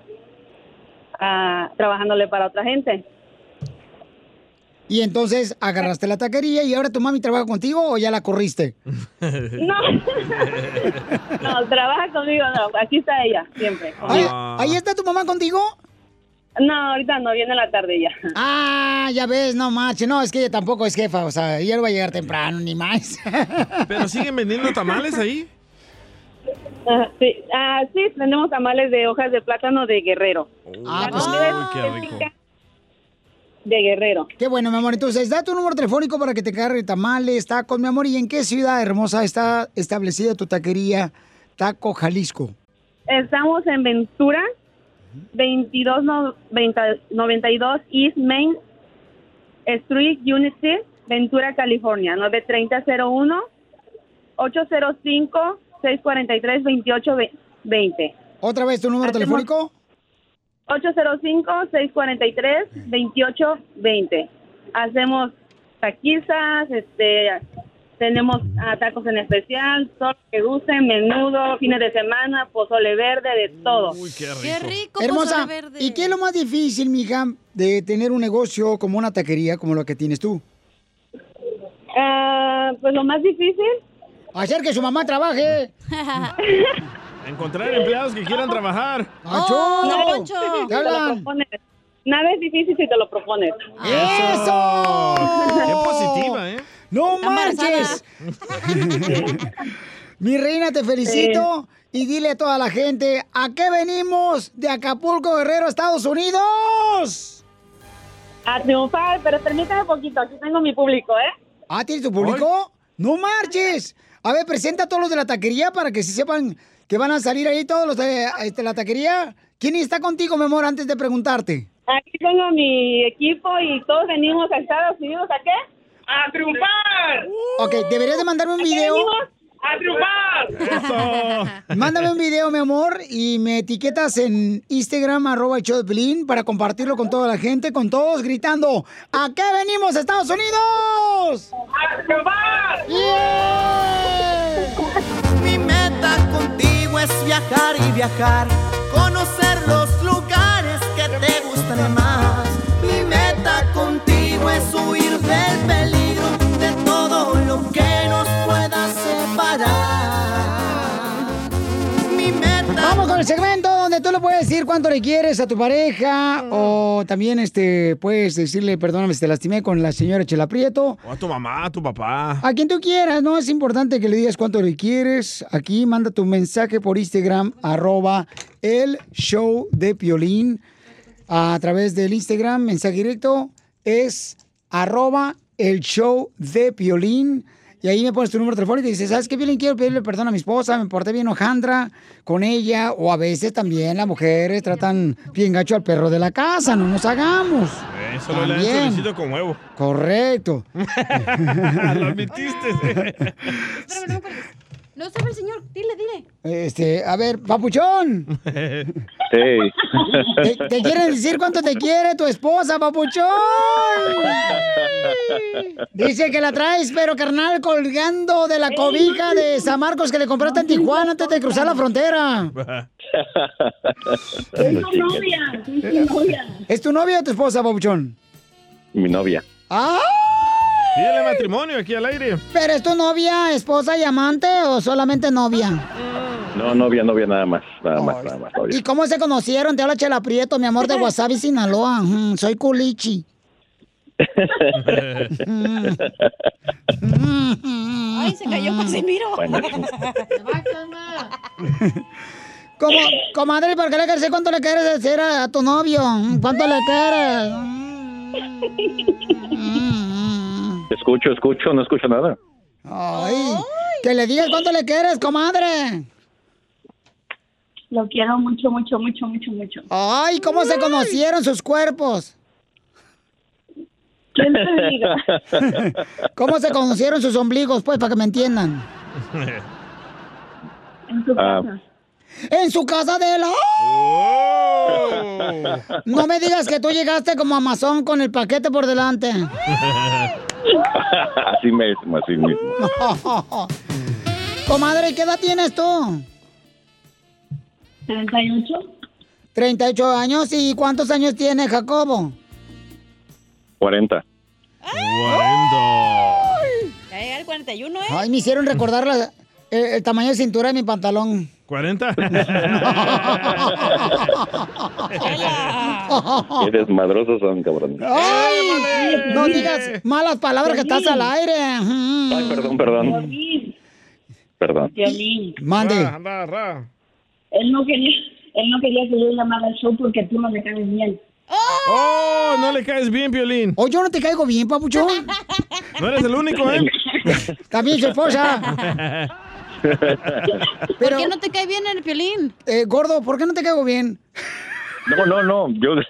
Speaker 11: ah, trabajándole para otra gente.
Speaker 2: Y entonces agarraste la taquería y ahora tu mami trabaja contigo o ya la corriste.
Speaker 11: No, no trabaja conmigo, no, aquí está ella, siempre.
Speaker 2: Oye, ¿Ahí está tu mamá contigo?
Speaker 11: No, ahorita no, viene la tarde ya.
Speaker 2: Ah, ya ves, no marche. No, es que ella tampoco es jefa, o sea, ella no va a llegar temprano, ni más.
Speaker 3: ¿Pero siguen vendiendo tamales ahí?
Speaker 11: Ah, sí, ah, sí, tenemos tamales de hojas de plátano de guerrero.
Speaker 2: Ah,
Speaker 11: La
Speaker 2: pues-
Speaker 11: comida es
Speaker 2: Uy, qué rico.
Speaker 11: De guerrero.
Speaker 2: Qué bueno, mi amor. Entonces, da tu número telefónico para que te cargue tamales, tacos, mi amor. ¿Y en qué ciudad hermosa está establecida tu taquería Taco Jalisco?
Speaker 11: Estamos en Ventura, 22, no- 20 92 East Main Street, Unity, Ventura, California, 93001 805 643 2820
Speaker 2: ¿Otra vez tu número telefónico?
Speaker 11: 805-643-2820. Hacemos taquizas, este, tenemos ah, tacos en especial, todo lo que gusten, menudo, fines de semana, pozole verde, de todo.
Speaker 2: Qué rico, Hermosa. ¿Y qué es lo más difícil, mija, de tener un negocio como una taquería como la que tienes tú?
Speaker 11: pues lo más difícil.
Speaker 2: Hacer que su mamá trabaje.
Speaker 3: Encontrar empleados que quieran trabajar.
Speaker 11: Te lo propones. Nada es difícil si te lo propones.
Speaker 12: Ah.
Speaker 2: ¡Eso!
Speaker 3: Qué positiva, ¿eh?
Speaker 2: ¡No
Speaker 11: Está embarazada.
Speaker 2: marches! ¿eh? Mi reina, te felicito y dile a toda la gente, ¿a qué venimos de Acapulco, Guerrero, Estados Unidos?
Speaker 11: A triunfar, pero permítame poquito, aquí tengo mi público, ¿eh?
Speaker 2: ¿Ah, tienes tu público? ¡No marches! A ver, presenta a todos los de la taquería para que se sepan que van a salir ahí todos los de este, la taquería. ¿Quién está contigo, mi amor, antes de preguntarte?
Speaker 11: Aquí tengo mi equipo y todos venimos a Estados Unidos, ¿a qué? ¡A triunfar!
Speaker 2: Ok, deberías de mandarme un video.
Speaker 11: ¡A triunfar!
Speaker 2: Mándame un video, mi amor, y me etiquetas en Instagram, arroba el show de Piolín, para compartirlo con toda la gente, con todos gritando, ¿a qué venimos, Estados Unidos?
Speaker 6: Mi meta contigo es viajar y viajar, conocer los lugares que te gustan más. Mi meta contigo es huir del peligro de todo lo que nos pueda separar. Mi meta
Speaker 2: Vamos con el segmento donde tú le puedes decir cuánto le quieres a tu pareja o también este puedes decirle, perdóname si te lastimé con la señora Chela Prieto.
Speaker 3: O a tu mamá, a tu papá.
Speaker 2: A quien tú quieras, ¿no? Es importante que le digas cuánto le quieres. Aquí manda tu mensaje por Instagram, arroba el show de Piolín. A través del Instagram, mensaje directo es arroba el show de Piolín. Y ahí me pones tu número telefónico y dices, ¿sabes qué, Piolín? Quiero pedirle perdón a mi esposa, me porté bien hojandra con ella. O a veces también las mujeres tratan bien gacho al perro de la casa, no nos hagamos.
Speaker 3: Eso lo le
Speaker 2: También.
Speaker 3: han solicitado con huevo.
Speaker 2: Correcto.
Speaker 3: lo admitiste.
Speaker 5: No sabe el señor, dile, dile.
Speaker 2: Este, a ver, papuchón.
Speaker 23: Hey.
Speaker 2: ¿Te, te quieren decir cuánto te quiere tu esposa, papuchón? Dice que la traes, pero carnal, colgando de la cobija de San Marcos que le compraste en Tijuana antes de cruzar la frontera. ¿Es tu novia o tu esposa, papuchón?
Speaker 23: Mi novia.
Speaker 2: ¡Ah!
Speaker 3: Pídele matrimonio aquí al aire.
Speaker 2: ¿Pero es tu novia, esposa y amante o solamente novia?
Speaker 23: No, novia, novia, nada más. Nada más, nada más. novia.
Speaker 2: ¿Y cómo se conocieron? Te habla Chela Prieto, mi amor de Wasabi, Sinaloa. Ujú, soy culichi.
Speaker 12: Mm.
Speaker 2: Mm,
Speaker 5: Ay, se cayó Casimiro.
Speaker 23: Bueno.
Speaker 2: Como, comadre, ¿por qué le quieres cuánto le quieres decir a, a tu novio? ¿Cuánto le quieres?
Speaker 23: Escucho, escucho, no escucho nada.
Speaker 2: Ay, que le digas cuánto le quieres, comadre.
Speaker 11: Lo quiero mucho, mucho, mucho, mucho, mucho.
Speaker 2: Ay, ¿cómo se conocieron sus cuerpos?
Speaker 11: ¿Quién te diga?
Speaker 2: ¿Cómo se conocieron sus ombligos, pues, para que me entiendan?
Speaker 23: Ah,
Speaker 2: En su casa de la... No me digas que tú llegaste como Amazon con el paquete por delante.
Speaker 23: así mismo, así mismo.
Speaker 2: Comadre, ¿qué edad tienes tú? 38. 38 años. ¿Y cuántos años tiene Jacobo?
Speaker 23: 40.
Speaker 3: 40.
Speaker 5: Ya llega el 41, ¿eh?
Speaker 7: ¿eh?
Speaker 2: Ay, me hicieron recordar la-
Speaker 7: el, el tamaño de cintura de mi pantalón.
Speaker 24: Qué desmadrosos son, cabrón.
Speaker 7: ¡Ay! No digas malas palabras que estás al aire. Ujú.
Speaker 24: Ay, perdón, perdón. Perdón.
Speaker 6: Piolín.
Speaker 7: Mande. Ra,
Speaker 6: Él no quería, él no quería que yo llamara al show porque tú no me caes bien.
Speaker 3: ¡Oh! No le caes bien, Piolín.
Speaker 7: ¿O Oh, yo no te caigo bien, papuchón?
Speaker 3: No eres el único, ¿eh?
Speaker 7: También su esposa.
Speaker 5: ¿Por qué no te cae bien el piolín?
Speaker 7: Eh, gordo, ¿por qué no te caigo bien?
Speaker 24: No, no, no. Yo.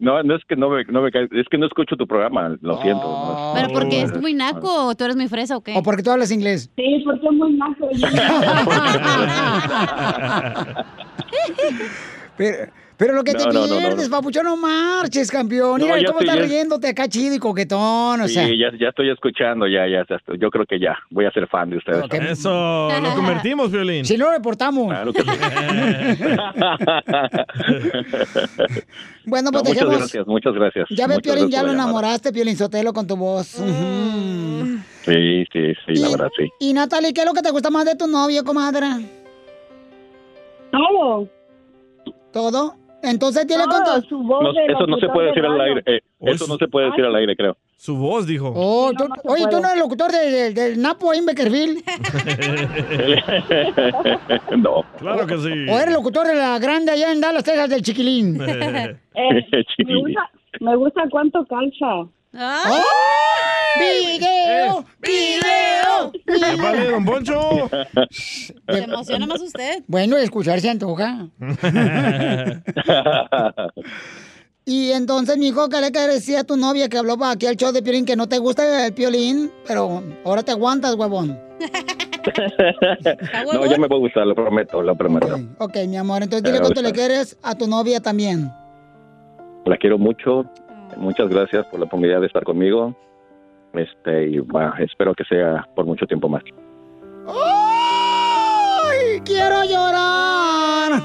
Speaker 24: No, no es que no me, no me caes- es que no escucho tu programa, lo siento. no.
Speaker 5: ¿Pero porque es muy naco o tú eres muy fresa o qué?
Speaker 7: ¿O porque tú hablas inglés?
Speaker 6: Sí, porque es muy naco.
Speaker 7: Pero, pero lo que te
Speaker 24: No, no, no, no,
Speaker 7: pierdes,
Speaker 24: no.
Speaker 7: papuchón, no marches, campeón.
Speaker 24: No,
Speaker 7: Mira
Speaker 24: ya
Speaker 7: cómo
Speaker 24: estoy-
Speaker 7: estás
Speaker 24: ya-
Speaker 7: riéndote acá chido y coquetón, o
Speaker 24: Sí,
Speaker 7: sea.
Speaker 24: ya, ya estoy escuchando, ya, ya, ya estoy- Yo creo que ya voy a ser fan de ustedes.
Speaker 3: Eso, lo convertimos, Piolín.
Speaker 7: Si no, reportamos.
Speaker 24: Claro que sí.
Speaker 7: Bueno, pues
Speaker 24: No, muchas
Speaker 7: dejemos-
Speaker 24: gracias, muchas gracias.
Speaker 7: Ya ve,
Speaker 24: Muchas
Speaker 7: Piolín, ya
Speaker 24: gracias por
Speaker 7: lo
Speaker 24: la llamada.
Speaker 7: enamoraste, Piolín Sotelo, con tu voz.
Speaker 5: Mm.
Speaker 7: Ujú.
Speaker 24: Sí, sí, sí, la verdad, sí.
Speaker 7: Y Natalie, ¿qué es lo que te gusta más de tu novio, comadre?
Speaker 6: Todo.
Speaker 7: ¿Todo? Entonces tiene con tu...
Speaker 6: su
Speaker 24: No, eso no se puede decir al aire. eh, eso no se puede decir al aire, creo.
Speaker 3: Su voz, dijo.
Speaker 7: Oh, tú- oye, ¿tú
Speaker 3: puede.
Speaker 7: no eres locutor de- de- del Napo ahí en Beckerfield?
Speaker 24: no.
Speaker 3: Claro que sí.
Speaker 7: ¿O eres locutor de la grande allá en Dallas, Texas, del Chiquilín? Eh,
Speaker 6: me, gusta, Eh, me gusta cuánto calza.
Speaker 7: ¡Video! ¡Video!
Speaker 3: Vale, don Poncho.
Speaker 7: Se
Speaker 5: emociona más usted.
Speaker 7: Bueno, escuchar se antoja. Y entonces, mijo, ¿qué le que decía a tu novia que habló para aquí al show de Piolín que no te gusta el Piolín, pero ahora te aguantas, huevón?
Speaker 24: no, ya me voy a gustar, lo prometo, lo prometo.
Speaker 7: Ok, mi amor, entonces dile
Speaker 24: Eh,
Speaker 7: cuánto le
Speaker 24: ahorita.
Speaker 7: quieres a tu novia también.
Speaker 24: La quiero mucho. Muchas gracias por la oportunidad de estar conmigo. Este, y bueno, espero que sea por mucho tiempo más.
Speaker 7: ¡Ay, quiero llorar!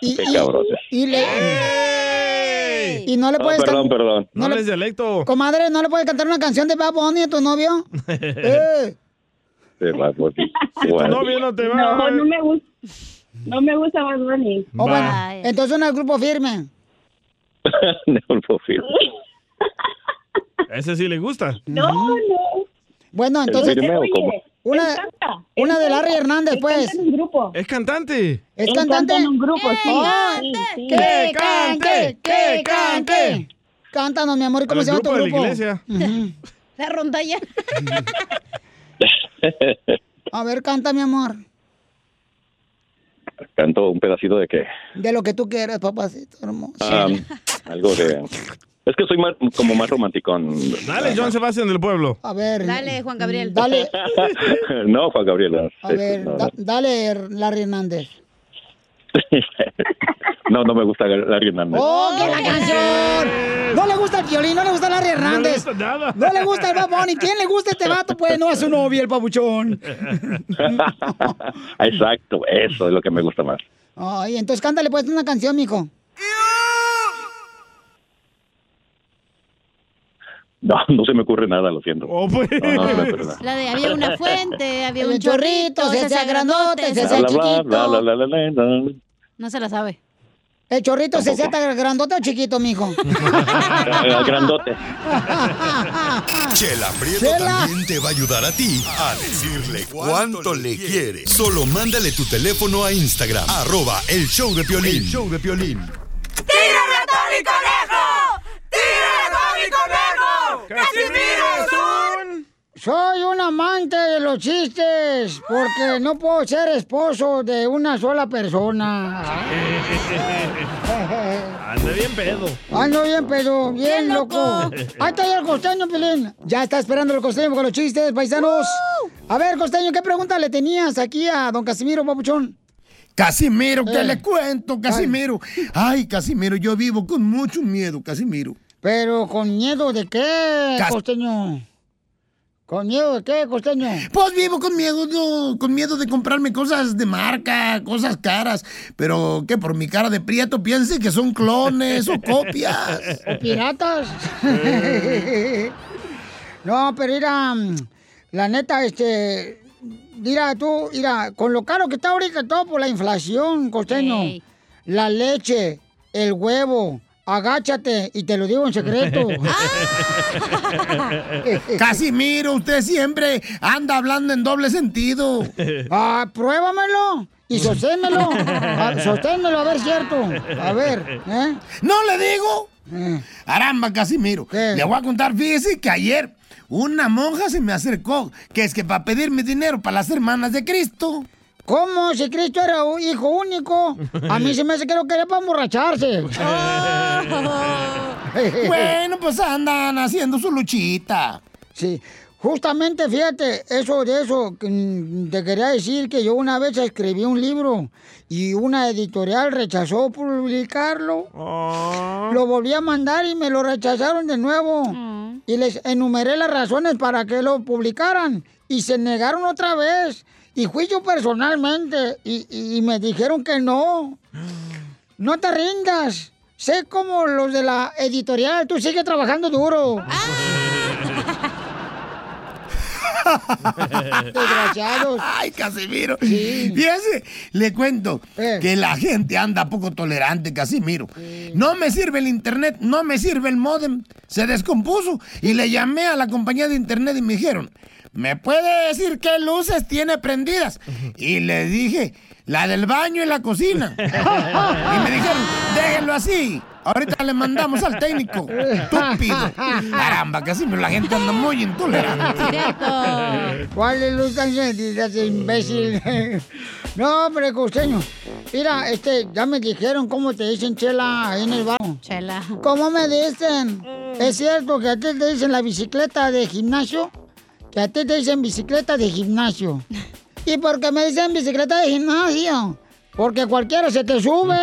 Speaker 24: Qué cabrón.
Speaker 7: Y le... Y no le puedes... can-
Speaker 24: Oh, perdón, perdón.
Speaker 7: No No le- les
Speaker 3: dialecto.
Speaker 7: Comadre, ¿no le puedes cantar una canción de Bad Bunny a tu novio? Eh.
Speaker 24: Sí, va, pues, igual.
Speaker 3: te
Speaker 6: va. No, no me gusta. No me gusta Bad Bunny.
Speaker 7: Oh, bueno, entonces no es grupo firme.
Speaker 24: No, por fin.
Speaker 3: A ese sí le gusta.
Speaker 6: No, no.
Speaker 7: Bueno,
Speaker 3: ¿El
Speaker 7: entonces.
Speaker 3: firme o cómo?
Speaker 7: Una, una de Larry Hernández, pues.
Speaker 6: grupo.
Speaker 3: Es cantante.
Speaker 7: ¿Es cantante? ¡Oh! ¡Que cante! ¡Que cante! Cántanos, mi amor, ¿y cómo
Speaker 3: Al
Speaker 7: se llama tu
Speaker 3: grupo de
Speaker 7: grupo?
Speaker 3: la iglesia.
Speaker 7: Ujú.
Speaker 5: La ronda ya.
Speaker 7: A ver, canta, mi amor.
Speaker 24: Canto un pedacito de que
Speaker 7: De lo que tú quieras, papacito hermoso.
Speaker 24: um, algo de es que soy más- como más romanticón.
Speaker 3: Dale, John Sebastián del pueblo.
Speaker 7: A ver.
Speaker 5: Dale, Juan Gabriel.
Speaker 7: Dale,
Speaker 24: no, Juan Gabriel. no.
Speaker 7: a ver,
Speaker 24: no,
Speaker 7: da- dale, Larry Hernández.
Speaker 24: no, no me gusta Larry Hernández.
Speaker 7: ¡Oh, qué la canción! No le gusta el violín, no le gusta Larry Hernández. No le gusta
Speaker 3: nada.
Speaker 7: No le gusta el Bad Bunny. ¿Quién le gusta este vato? Pues no a su novia, el papuchón.
Speaker 24: Exacto, eso es lo que me gusta más.
Speaker 7: Ay, entonces cántale pues una canción, mijo.
Speaker 24: No, no se me ocurre nada, lo siento. No, no se me ocurre nada.
Speaker 5: La de había una fuente, había un
Speaker 7: El chorrito,
Speaker 5: chorrito,
Speaker 7: se hacía grandote, se hacía
Speaker 24: Bla, bla, bla, bla, bla, bla, bla, bla.
Speaker 5: No se la sabe.
Speaker 7: ¿El chorrito se sienta grandote o chiquito, mijo?
Speaker 24: Ah, Grandote.
Speaker 1: Chela Prieto
Speaker 7: Chela.
Speaker 1: también te va a ayudar a ti a decirle cuánto le quiere. Solo mándale tu teléfono a Instagram, arroba el show de Piolín. El show de Piolín.
Speaker 12: ¡Tírame a Tony Conejo! ¡Tírame a Tony Conejo! ¡Casimiro
Speaker 7: Soy un amante de los chistes porque no puedo ser esposo de una sola persona.
Speaker 3: Anda bien pedo.
Speaker 7: Ando bien, pero bien,
Speaker 3: Bien
Speaker 7: loco.
Speaker 3: loco.
Speaker 7: Ahí está ya el costeño, Pelín. Ya está esperando el costeño con los chistes, paisanos. A ver, costeño, ¿qué pregunta le tenías aquí a don Casimiro, papuchón?
Speaker 25: Casimiro, ¿qué
Speaker 7: Eh.
Speaker 25: le cuento, Casimiro? Ay, Casimiro, yo vivo con mucho miedo, Casimiro.
Speaker 7: Pero con miedo de qué,
Speaker 25: Cas-
Speaker 7: costeño? ¿Con miedo de qué, costeño?
Speaker 25: Pues vivo con miedo, no, con miedo de comprarme cosas de marca, cosas caras, pero que por mi cara de prieto piense que son clones o copias.
Speaker 7: ¿O piratas?
Speaker 2: No, pero era. mm, La neta, este. Mira, tú, mira, con lo caro que está ahorita todo por la inflación, costeño.
Speaker 6: Ey.
Speaker 2: La leche, el huevo. Agáchate y te lo digo en secreto.
Speaker 12: Ah.
Speaker 25: Casimiro, usted siempre anda hablando en doble sentido.
Speaker 2: Ah, pruébamelo y sosténmelo. Ah, sosténmelo, a ver, cierto. A ver, ¿eh?
Speaker 25: No le digo. Aramba, Casimiro. Le voy a contar, fíjese que ayer una monja se me acercó, que es que para pedirme dinero para las hermanas de Cristo.
Speaker 2: ¿Cómo? Si Cristo era un hijo único, a mí se me hace que lo quería para emborracharse.
Speaker 25: Bueno, pues andan haciendo su luchita.
Speaker 2: Sí. Justamente, fíjate, eso de eso, que, mm, te quería decir que yo una vez escribí un libro y una editorial rechazó publicarlo. Lo volví a mandar y me lo rechazaron de nuevo. Y les enumeré las razones para que lo publicaran y se negaron otra vez. Y fui yo personalmente y- y- y me dijeron que no. No te rindas. Sé como los de la editorial, tú sigue trabajando duro. Desgraciados.
Speaker 25: Ay, Casimiro. Fíjese, le cuento que la gente anda poco tolerante, Casimiro. No me sirve el internet, no me sirve el modem. Se descompuso y le llamé a la compañía de internet y me dijeron, ¿me puede decir qué luces tiene prendidas? Y le dije, la del baño y la cocina. y me dijeron, déjenlo así. Ahorita le mandamos al técnico. Estúpido. Caramba, Casimiro, la gente anda muy intolerante.
Speaker 15: Ah,
Speaker 2: ¿Cuál es luz tan sentida, ese imbécil? no, hombre, costeño. Mira, este, ya me dijeron cómo te dicen chela ahí en el bar. Chela. ¿Cómo me dicen? ¿Es cierto que a ti te dicen la bicicleta de gimnasio? Que a ti te dicen bicicleta de gimnasio. ¿Y por qué me dicen bicicleta de gimnasio? Porque cualquiera se te sube.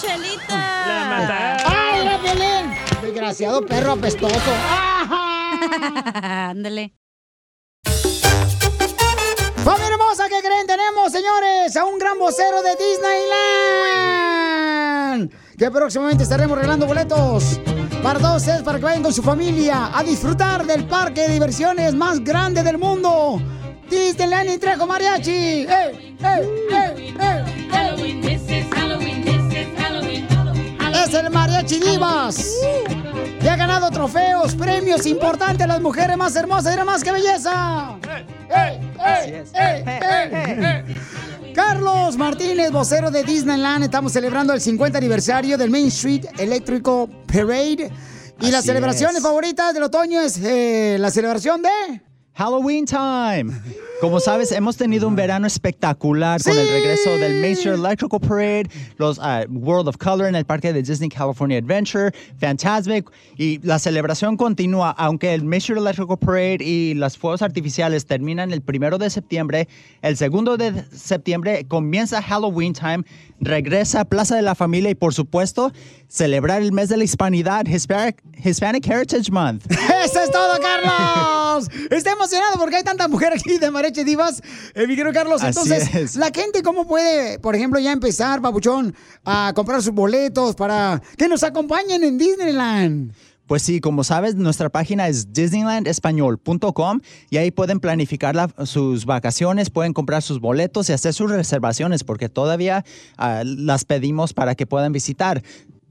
Speaker 5: Chelita.
Speaker 2: ¡Ay, la Pelín! Desgraciado perro apestoso.
Speaker 5: Ándale.
Speaker 2: ¡Familia hermosa! ¿Qué creen? Tenemos, señores, a un gran vocero de Disneyland. Que próximamente estaremos regalando boletos para todos ustedes, para que vayan con su familia a disfrutar del parque de diversiones más grande del mundo. Disneyland y Trejo Mariachi. ¡Eh, ¡Ey, ey, ey, ey!
Speaker 6: Halloween, this is Halloween, this is Halloween.
Speaker 2: Es el Mariachi Divas. Y ha ganado trofeos, premios importantes a las mujeres más hermosas. ¡Mira más que belleza! ¡Ey, ey, ey, ey! Carlos Martínez, vocero de Disneyland. Estamos celebrando el 50 aniversario del Main Street Electrical Parade. Y las
Speaker 13: Así
Speaker 2: celebraciones
Speaker 13: es.
Speaker 2: favoritas del otoño es eh, la celebración de...
Speaker 13: Halloween time. Como sabes, hemos tenido un verano espectacular con el regreso del Major Electrical Parade, los ah, World of Color en el parque de Disney California Adventure, Fantasmic y la celebración continúa. Aunque el Major Electrical Parade y los fuegos artificiales terminan el primero de septiembre, el segundo de septiembre comienza Halloween time, regresa a Plaza de la Familia y por supuesto celebrar el mes de la Hispanidad, Hispanic, Hispanic Heritage Month.
Speaker 2: ¡Eso es todo, Carlos! Está emocionado porque hay tanta mujer aquí de Mareche Divas. Eh, mi querido Carlos,
Speaker 13: Así
Speaker 2: entonces,
Speaker 13: es.
Speaker 2: ¿la gente cómo puede, por ejemplo, ya empezar, Papuchón, a comprar sus boletos para que nos acompañen en Disneyland?
Speaker 13: Pues sí, como sabes, nuestra página es disneylandespañol.com y ahí pueden planificar la- sus vacaciones, pueden comprar sus boletos y hacer sus reservaciones porque todavía ah, las pedimos para que puedan visitar.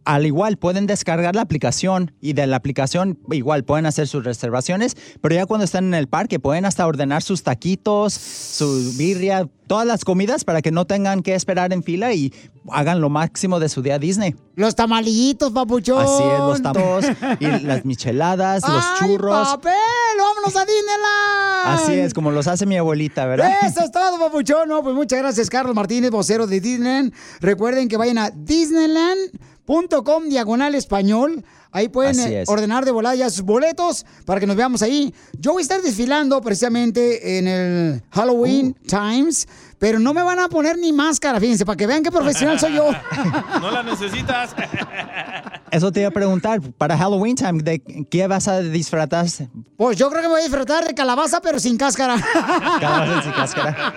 Speaker 13: Al igual, pueden descargar la aplicación y de la aplicación igual pueden hacer sus reservaciones, pero ya cuando están en el parque pueden hasta ordenar sus taquitos, su birria, todas las comidas para que no tengan que esperar en fila y hagan lo máximo de su día Disney.
Speaker 2: Los tamalillitos, Papuchón.
Speaker 13: Así es, los tacos y las micheladas, los
Speaker 2: ¡Ay,
Speaker 13: churros.
Speaker 2: papel! ¡Vámonos a Disneyland!
Speaker 13: Así es, como los hace mi abuelita, ¿verdad?
Speaker 2: Eso es todo, papuchón. No, pues muchas gracias, Carlos Martínez, vocero de Disneyland. Recuerden que vayan a disneyland.com diagonal español. Ahí pueden
Speaker 13: Así
Speaker 2: eh,
Speaker 13: es.
Speaker 2: ordenar de volada ya sus boletos para que nos veamos ahí. Yo voy a estar desfilando precisamente en el
Speaker 13: Uh.
Speaker 2: Halloween Times, pero no me van a poner ni máscara, fíjense, para que vean qué profesional soy yo.
Speaker 3: No la necesitas.
Speaker 13: Eso te iba a preguntar, para Halloween time, ¿de qué vas a disfrazarse?
Speaker 2: Pues yo creo que me voy a disfrutar de calabaza, pero sin cáscara.
Speaker 13: Calabaza sin cáscara.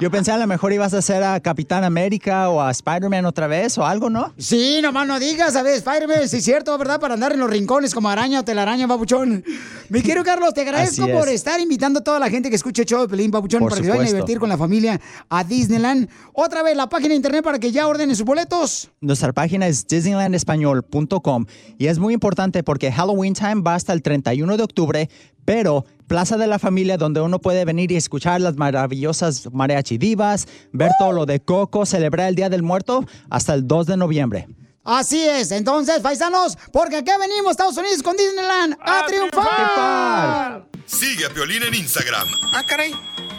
Speaker 13: Yo pensé a lo mejor ibas a ser a Capitán América o a Spider-Man otra vez o algo, ¿no?
Speaker 2: Sí, nomás no digas, a ver, Spider-Man, sí es cierto, ¿verdad? ¿verdad? Para andar en los rincones como araña o telaraña, babuchón. Mi querido Carlos, te agradezco
Speaker 13: Así es.
Speaker 2: por estar invitando a toda la gente que escuche el show de Pelín, babuchón,
Speaker 13: Por
Speaker 2: para que se vayan a
Speaker 13: supuesto.
Speaker 2: divertir con la familia a Disneyland. Otra vez, la página de internet para que ya ordenen sus boletos.
Speaker 13: Nuestra página es disneylandespañol.com y es muy importante porque Halloween Time va hasta el 31 de octubre, pero Plaza de la Familia, donde uno puede venir y escuchar las maravillosas mariachi divas, ver todo lo de Coco, celebrar el Día del Muerto hasta el 2 de noviembre.
Speaker 2: Así es, entonces, paisanos, porque acá venimos, Estados Unidos, con Disneyland a, triunfar.
Speaker 1: Ah. Sigue a Piolín en Instagram.
Speaker 15: Ah, caray.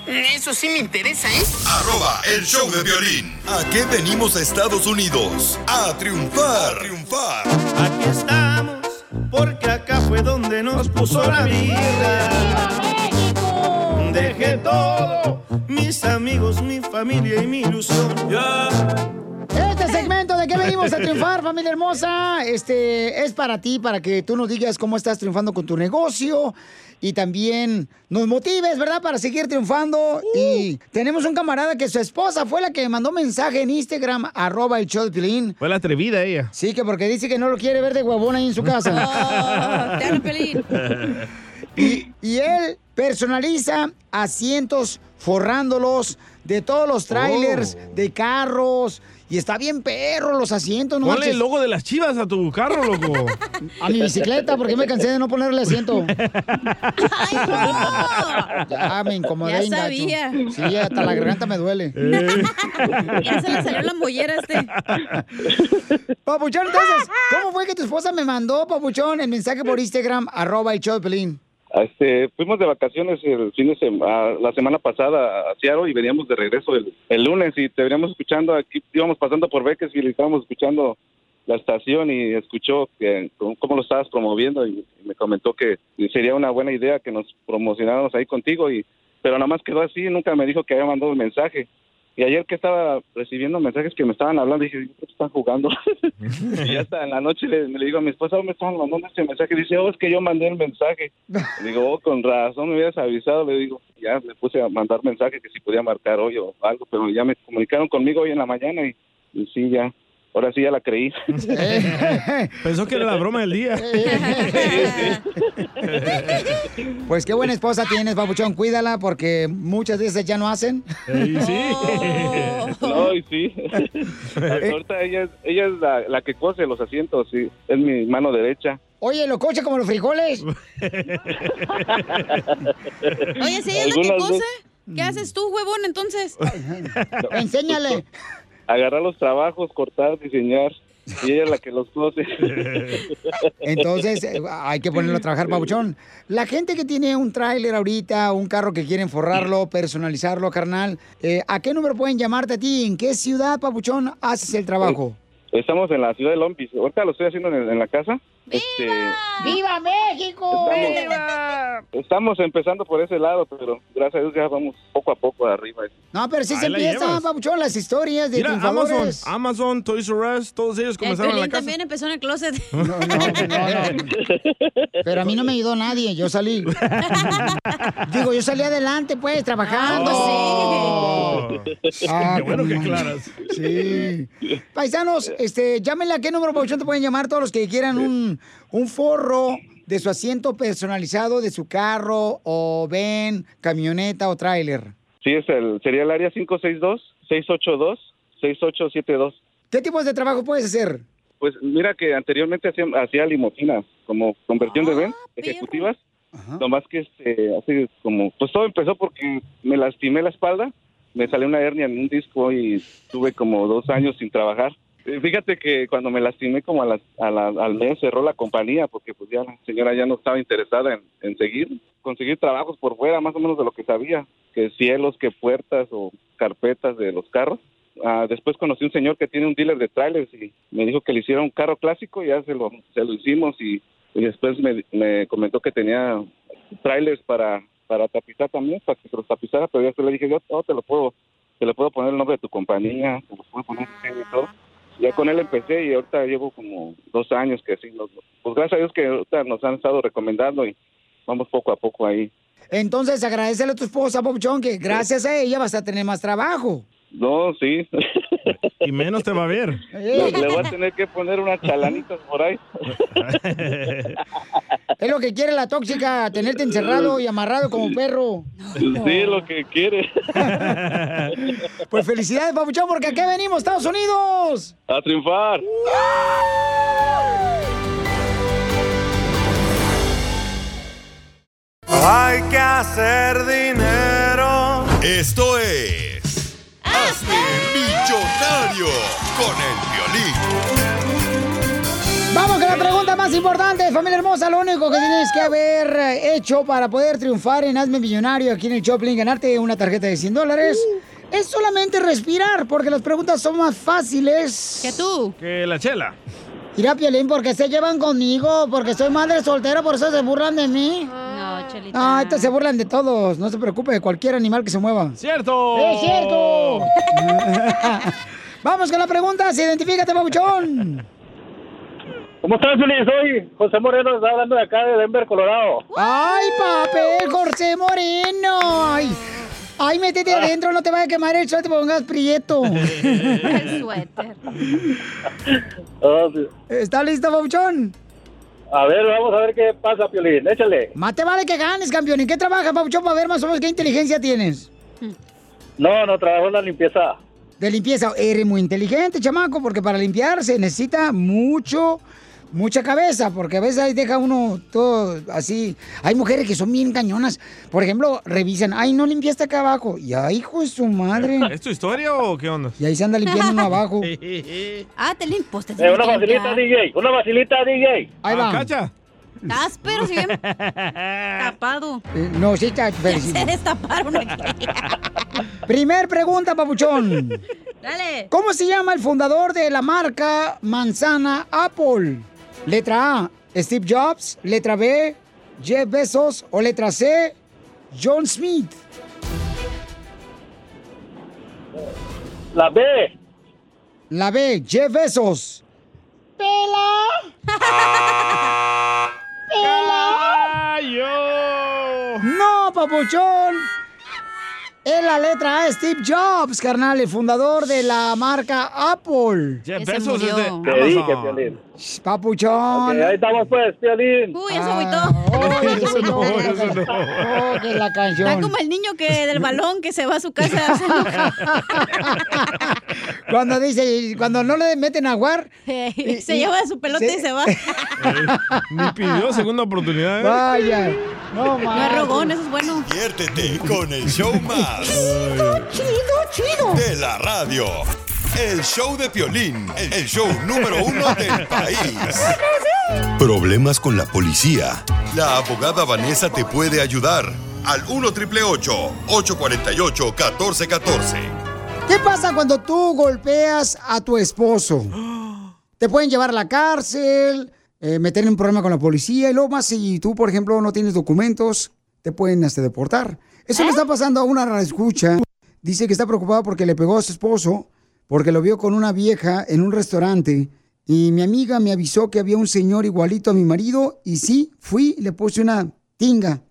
Speaker 15: Eso sí me interesa, ¿eh?
Speaker 1: Arroba el show de violín. ¿A qué venimos a Estados Unidos? A triunfar. A triunfar.
Speaker 21: Aquí estamos, porque acá fue donde nos puso la vida. Dejé todo, mis amigos, mi familia y mi ilusión.
Speaker 2: Este segmento de que venimos a triunfar, familia hermosa, este es para ti, para que tú nos digas cómo estás triunfando con tu negocio y también nos motives, ¿verdad? Para seguir triunfando.
Speaker 3: Uh.
Speaker 2: Y tenemos un camarada que su esposa fue la que mandó mensaje en Instagram, arroba el show de Piolín.
Speaker 3: Fue la atrevida ella.
Speaker 2: Sí, que porque dice que no lo quiere ver de guabón ahí en su casa.
Speaker 5: Ah,
Speaker 2: Y, y él personaliza asientos forrándolos de todos los trailers, de carros. Y está bien perro los asientos, ¿no?
Speaker 3: Ponle
Speaker 2: manches.
Speaker 3: el logo de las chivas a tu carro, loco.
Speaker 2: A mi bicicleta, porque me cansé de no ponerle asiento. Ya me incomodé.
Speaker 5: Ya
Speaker 2: gacho.
Speaker 5: sabía.
Speaker 2: Sí, hasta la garganta me duele.
Speaker 5: Ya se le salió la mollera a este.
Speaker 2: Papuchón, entonces, ¿cómo fue que tu esposa me mandó, Papuchón, el mensaje por Instagram, arroba el show de Pelín?
Speaker 23: Este, fuimos de vacaciones el fin de sema- la semana pasada a Seattle y veníamos de regreso el, el lunes y te veníamos escuchando aquí, íbamos pasando por Beques y estábamos escuchando la estación y escuchó que cómo cómo lo estabas promoviendo y, me comentó que sería una buena idea que nos promocionáramos ahí contigo y pero nada más quedó así, nunca me dijo que había mandado un mensaje. Y ayer que estaba recibiendo mensajes que me estaban hablando, dije, "Yo creo que están jugando? y ya hasta en la noche le, le digo a mi esposa, "Oh, me estaban mandando este mensaje. Dice, oh, es que yo mandé el mensaje. Le digo, oh, con razón me hubieras avisado. Le digo, ya le puse a mandar mensaje que si podía marcar hoy o algo, pero ya me comunicaron conmigo hoy en la mañana y, y sí, ya. Ahora sí ya la creí.
Speaker 3: Eh, Pensó que era la broma del día.
Speaker 2: Eh, Pues qué buena esposa tienes, Papuchón, cuídala, porque muchas veces ya no hacen.
Speaker 23: No, y sí. Ahorita ella es, ella es la, la que cose los asientos, sí. Es mi mano derecha.
Speaker 2: Oye, lo coche como los frijoles.
Speaker 5: Oye, si ella es la que
Speaker 23: Algunas
Speaker 5: cose, ¿qué haces tú, huevón, entonces?
Speaker 2: Pues Enséñale.
Speaker 23: Agarrar los trabajos, cortar, diseñar. Y ella es la que los cose.
Speaker 2: Entonces, eh, hay que ponerlo a trabajar, Pabuchón. La gente que tiene un tráiler ahorita, un carro que quieren forrarlo, personalizarlo, carnal, eh, ¿a qué número pueden llamarte a ti? ¿En qué ciudad, Pabuchón, haces el trabajo?
Speaker 23: Estamos en la ciudad de Lompis. Ahorita lo estoy haciendo en, en la casa. Este,
Speaker 2: ¡Viva México!
Speaker 23: estamos empezando por ese lado, pero gracias a Dios ya vamos poco a poco arriba.
Speaker 2: No, pero sí
Speaker 3: Ahí
Speaker 2: se
Speaker 3: la
Speaker 2: empiezan,
Speaker 3: llevas.
Speaker 2: Pabuchón, las historias de
Speaker 3: Mira, Amazon,
Speaker 2: triunfadores.
Speaker 3: Amazon, Toys R Us, todos ellos
Speaker 5: El
Speaker 3: comenzaron en la
Speaker 5: Piolín
Speaker 3: casa.
Speaker 5: también empezó en el closet.
Speaker 2: Pero a mí no me ayudó nadie, yo salí. Digo, yo salí adelante, pues, trabajando. Ah,
Speaker 12: Oh,
Speaker 3: Qué bueno que
Speaker 2: no.
Speaker 3: aclaras.
Speaker 2: Sí. Paisanos, este, llámenle a qué número Pabuchón, te pueden llamar todos los que quieran un, un forro de su asiento personalizado, de su carro, o ven, camioneta o tráiler.
Speaker 23: Sí, es el, sería el área 562-682-6872.
Speaker 2: ¿Qué tipos de trabajo puedes hacer?
Speaker 23: Pues mira que anteriormente hacía, hacía limosinas, como conversión de ven, ejecutivas. Nomás que este, así como, pues todo empezó porque me lastimé la espalda, me salió una hernia en un disco y tuve como dos años sin trabajar. Eh, Fíjate que cuando me lastimé como a las- a la- al mes cerró la compañía porque pues ya la señora ya no estaba interesada en, en seguir, conseguir trabajos por fuera, más o menos de lo que sabía, que cielos, que puertas o carpetas de los carros. Ah, después conocí un señor que tiene un dealer de trailers y me dijo que le hiciera un carro clásico y ya se lo, se lo hicimos y, y después me, me comentó que tenía trailers para, para tapizar también, para que se los tapizara, pero yo le dije, yo oh, te lo puedo, te le puedo poner el nombre de tu compañía, te lo puedo poner tu diseño y todo. Ya con él empecé y ahorita llevo como dos años que así, nos- pues gracias a Dios que ahorita nos han estado recomendando y vamos poco a poco ahí.
Speaker 2: Entonces, agradecele a tu esposa, Pabuchón, que gracias a ella vas a tener más trabajo.
Speaker 23: No, sí.
Speaker 3: Y menos te va a ver.
Speaker 23: Le, le voy a tener que poner unas chalanitas por ahí.
Speaker 2: Es lo que quiere la tóxica, tenerte encerrado y amarrado como perro.
Speaker 23: Sí, lo que quiere.
Speaker 2: Pues felicidades, papuchón, porque aquí venimos, Estados Unidos.
Speaker 23: A triunfar.
Speaker 21: Hay que hacer dinero.
Speaker 1: Esto es. ¡Hazte millonario con el
Speaker 2: Vamos con la pregunta más importante, familia hermosa. Lo único que tienes que haber hecho para poder triunfar en Hazme Millonario aquí en el Choplin, ganarte una tarjeta de 100 dólares, es solamente respirar, porque las preguntas son más fáciles. Que tú.
Speaker 3: Que la chela.
Speaker 2: Mira, Piolín, porque se llevan conmigo, porque soy madre soltera, por eso se burlan de mí.
Speaker 5: No, Chelita.
Speaker 2: Ah, estos se burlan de todos. No se preocupe, de cualquier animal que se mueva.
Speaker 3: ¡Cierto!
Speaker 2: ¡Es cierto! Vamos con la pregunta. Identifícate, babuchón.
Speaker 8: ¿Cómo estás, Feliz? Soy José Moreno, está hablando de acá de Denver, Colorado.
Speaker 2: ¡Ay, papel, José Moreno! ¡Ay! Ay, métete adentro, no te vaya a quemar el sol, te pongas prieto.
Speaker 8: El
Speaker 5: suéter.
Speaker 8: Ah, sí.
Speaker 2: ¿Está listo, Pauchón?
Speaker 8: A ver, vamos a ver qué pasa, Piolín. Échale.
Speaker 2: Mate vale que ganes, campeón. ¿En qué trabajas, Pauchón, para ver más o menos qué inteligencia tienes?
Speaker 8: No, no, trabajo en la limpieza.
Speaker 2: De limpieza, eres muy inteligente, chamaco, porque para limpiar se necesita mucho, mucha cabeza, porque a veces ahí deja uno todo así. Hay mujeres que son bien cañonas. Por ejemplo, revisan, ay, no limpiaste acá abajo. Y ay, hijo de su madre.
Speaker 3: ¿Es tu historia o qué onda?
Speaker 2: Y ahí se anda limpiando uno abajo.
Speaker 5: Ah, te limpostes.
Speaker 8: Eh, una facilita, DJ. Una facilita, DJ.
Speaker 2: Ahí va.
Speaker 5: Estás, pero si bien tapado.
Speaker 2: Eh, No, sí, está
Speaker 5: Ya
Speaker 2: pero sí.
Speaker 5: se destaparon aquí.
Speaker 2: Primer pregunta, papuchón.
Speaker 5: Dale.
Speaker 2: ¿Cómo se llama el fundador de la marca manzana Apple? Letra A, Steve Jobs. Letra B, Jeff Bezos. O letra C, John Smith.
Speaker 8: La B.
Speaker 2: La B, Jeff Bezos. ¡Pela!
Speaker 12: Ah.
Speaker 2: ¡Pela! ¡No, papuchón! Es la letra A, Steve Jobs, carnal, el fundador de la marca Apple.
Speaker 3: Jeff Bezos es de
Speaker 8: Te dije,
Speaker 3: Amazon.
Speaker 8: Piolín.
Speaker 2: Shh, Papuchón.
Speaker 8: Ok, ahí estamos, pues, Piolín.
Speaker 5: Uy, ya se agüitó.
Speaker 2: Ah, eso no, eso no. Oh, que la canción.
Speaker 5: Está como el niño que del balón que se va a su casa. a su
Speaker 2: Cuando dice, cuando no le meten a jugar.
Speaker 5: Eh, se lleva su pelota y se va.
Speaker 3: Ni pidió segunda oportunidad. ¿eh?
Speaker 2: Vaya. No,
Speaker 5: No es rogón, eso es bueno.
Speaker 1: Diviértete con el show más. Chido,
Speaker 2: chido, chido.
Speaker 1: De la radio. El show de Piolín. El show número uno del país. Problemas con la policía. La abogada Vanessa te puede ayudar. Al 1 triple 848 1414.
Speaker 2: ¿Qué pasa cuando tú golpeas a tu esposo? Te pueden llevar a la cárcel, eh, meter en un problema con la policía y luego más si tú, por ejemplo, no tienes documentos, te pueden hasta deportar. Eso le está pasando a una escucha. Dice que está preocupada porque le pegó a su esposo, porque lo vio con una vieja en un restaurante. Y mi amiga me avisó que había un señor igualito a mi marido y sí, fui y le puse una tinga.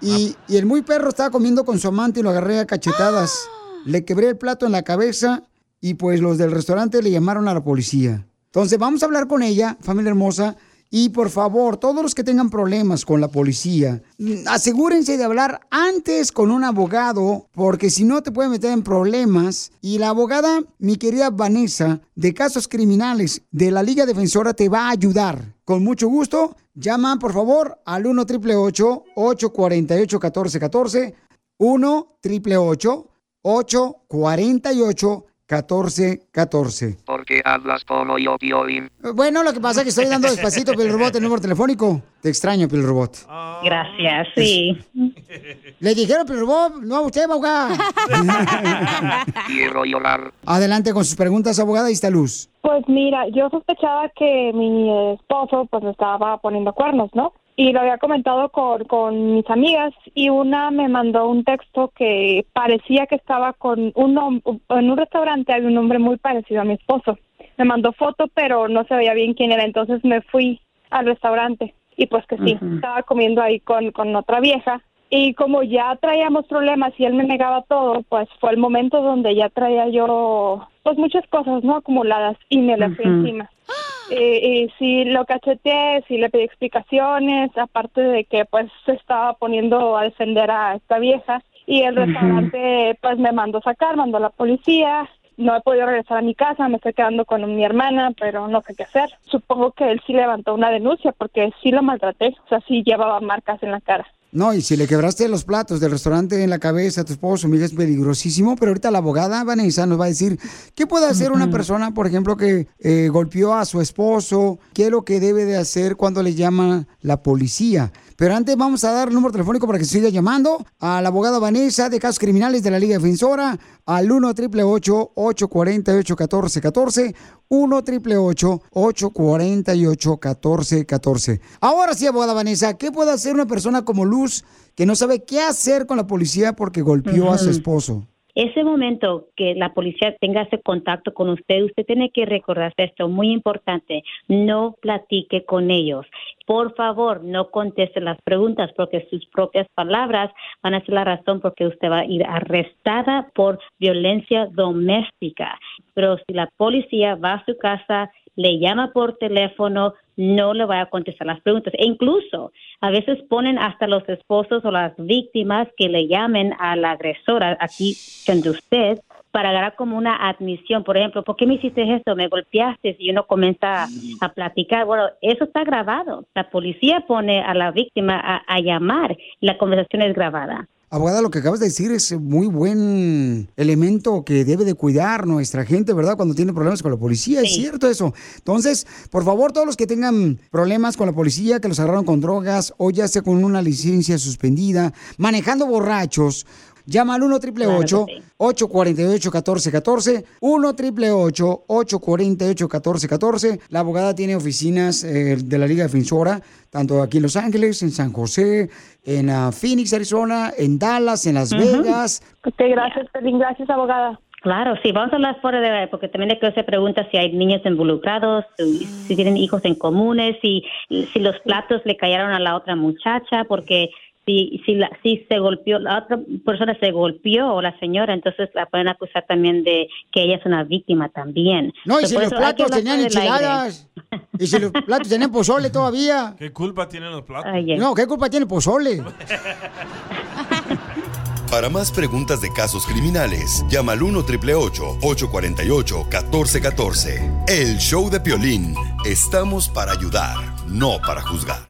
Speaker 2: Y, y el muy perro estaba comiendo con su amante y lo agarré a cachetadas. Le quebré el plato en la cabeza y pues los del restaurante le llamaron a la policía. Entonces vamos a hablar con ella, familia hermosa. Y por favor, todos los que tengan problemas con la policía, mm, asegúrense de hablar antes con un abogado, porque si no te pueden meter en problemas. Y la abogada, mi querida Vanessa, de casos criminales de la Liga Defensora, te va a ayudar. Con mucho gusto, llama por favor al 1 888 848 1414 1 888 848 1414
Speaker 14: Porque hablas como yo, Piolín.
Speaker 2: Bueno, lo que pasa es que estoy dando despacito, Pil Robot, el número telefónico. Te extraño, Pil Robot.
Speaker 14: Gracias, sí.
Speaker 2: Le dijeron, Pil Robot, no, usted va a jugar.
Speaker 14: Quiero llorar.
Speaker 2: Adelante con sus preguntas, abogada, y está luz.
Speaker 26: Pues mira, yo sospechaba que mi esposo pues me estaba poniendo cuernos, ¿no? Y lo había comentado con, con mis amigas y una me mandó un texto que parecía que estaba con un hom- en un restaurante había un hombre muy parecido a mi esposo. Me mandó foto pero no se veía bien quién era, entonces me fui al restaurante y pues que sí,
Speaker 14: Ujú.
Speaker 26: estaba comiendo ahí con, con otra vieja Y como ya traíamos problemas y él me negaba todo, pues fue el momento donde ya traía yo, pues muchas cosas, ¿no? Acumuladas y me las fui
Speaker 11: Ujú.
Speaker 26: encima. Eh, Y, y sí lo cacheteé, sí le pedí explicaciones, aparte de que pues se estaba poniendo a defender a esta vieja. Y el
Speaker 11: Ujú.
Speaker 26: restaurante pues me mandó sacar, mandó a la policía. No he podido regresar a mi casa, me estoy quedando con mi hermana, pero no sé qué hacer. Supongo que él sí levantó una denuncia porque sí lo maltraté, o sea, sí llevaba marcas en la cara.
Speaker 2: No, y si le quebraste los platos del restaurante en la cabeza a tu esposo, mira, es peligrosísimo. Pero ahorita la abogada Vanessa nos va a decir qué puede hacer una persona, por ejemplo, que eh, golpeó a su esposo, qué es lo que debe de hacer cuando le llama la policía. Pero antes vamos a dar el número telefónico para que siga llamando a la abogada Vanessa de casos criminales de la Liga Defensora al 1 888 848 1414 1 888 848 1414 Ahora sí, abogada Vanessa, ¿qué puede hacer una persona como Luz que no sabe qué hacer con la policía porque golpeó a su
Speaker 16: Ujú.
Speaker 2: esposo?
Speaker 16: Ese momento que la policía tenga ese contacto con usted, usted tiene que recordarse esto, muy importante, no platique con ellos. Por favor, no conteste las preguntas porque sus propias palabras van a ser la razón por que usted va a ir arrestada por violencia doméstica. Pero si la policía va a su casa, le llama por teléfono, no le va a contestar las preguntas. E incluso a veces ponen hasta los esposos o las víctimas que le llamen a la agresora aquí donde usted para agarrar como una admisión, por ejemplo, ¿por qué me hiciste esto? Me golpeaste y uno comienza a platicar. Bueno, eso está grabado. La policía pone a la víctima a, a llamar y la conversación es grabada.
Speaker 2: Abogada, lo que acabas de decir es muy buen elemento que debe de cuidar nuestra gente, ¿verdad? Cuando tiene problemas con la policía, es cierto eso. Entonces, por favor, todos los que tengan problemas con la policía, que los agarraron con drogas o ya sea con una licencia suspendida, manejando borrachos, llama al 1 888 848 1414 1 888 848 1414 La abogada tiene oficinas eh, de la Liga Defensora, tanto aquí en Los Ángeles, en San José, en ah, Phoenix, Arizona, en Dallas, en Las
Speaker 16: Ujú.
Speaker 2: Vegas.
Speaker 16: gracias, Gracias, abogada. Claro, sí, vamos a hablar fuera de porque también hay que hacer preguntas si hay niños involucrados, si, si tienen hijos en comunes, si, si los platos le cayeron a la otra muchacha, porque si, si, la, si se golpeó, la otra persona se golpeó o la señora, entonces la pueden acusar también de que ella es una víctima también.
Speaker 2: No, y
Speaker 16: Pero
Speaker 2: si
Speaker 16: por
Speaker 2: los
Speaker 16: eso hay que
Speaker 2: platos
Speaker 16: hablar
Speaker 2: tenían
Speaker 16: fuera del aire.
Speaker 2: enchiladas. Y si los platos tenían pozole todavía.
Speaker 3: ¿Qué culpa tienen los platos?
Speaker 2: No, ¿qué culpa tiene el pozole?
Speaker 1: Para más preguntas de casos criminales, llama al 1 888 848 1414 El show de Piolín. Estamos para ayudar, no para juzgar.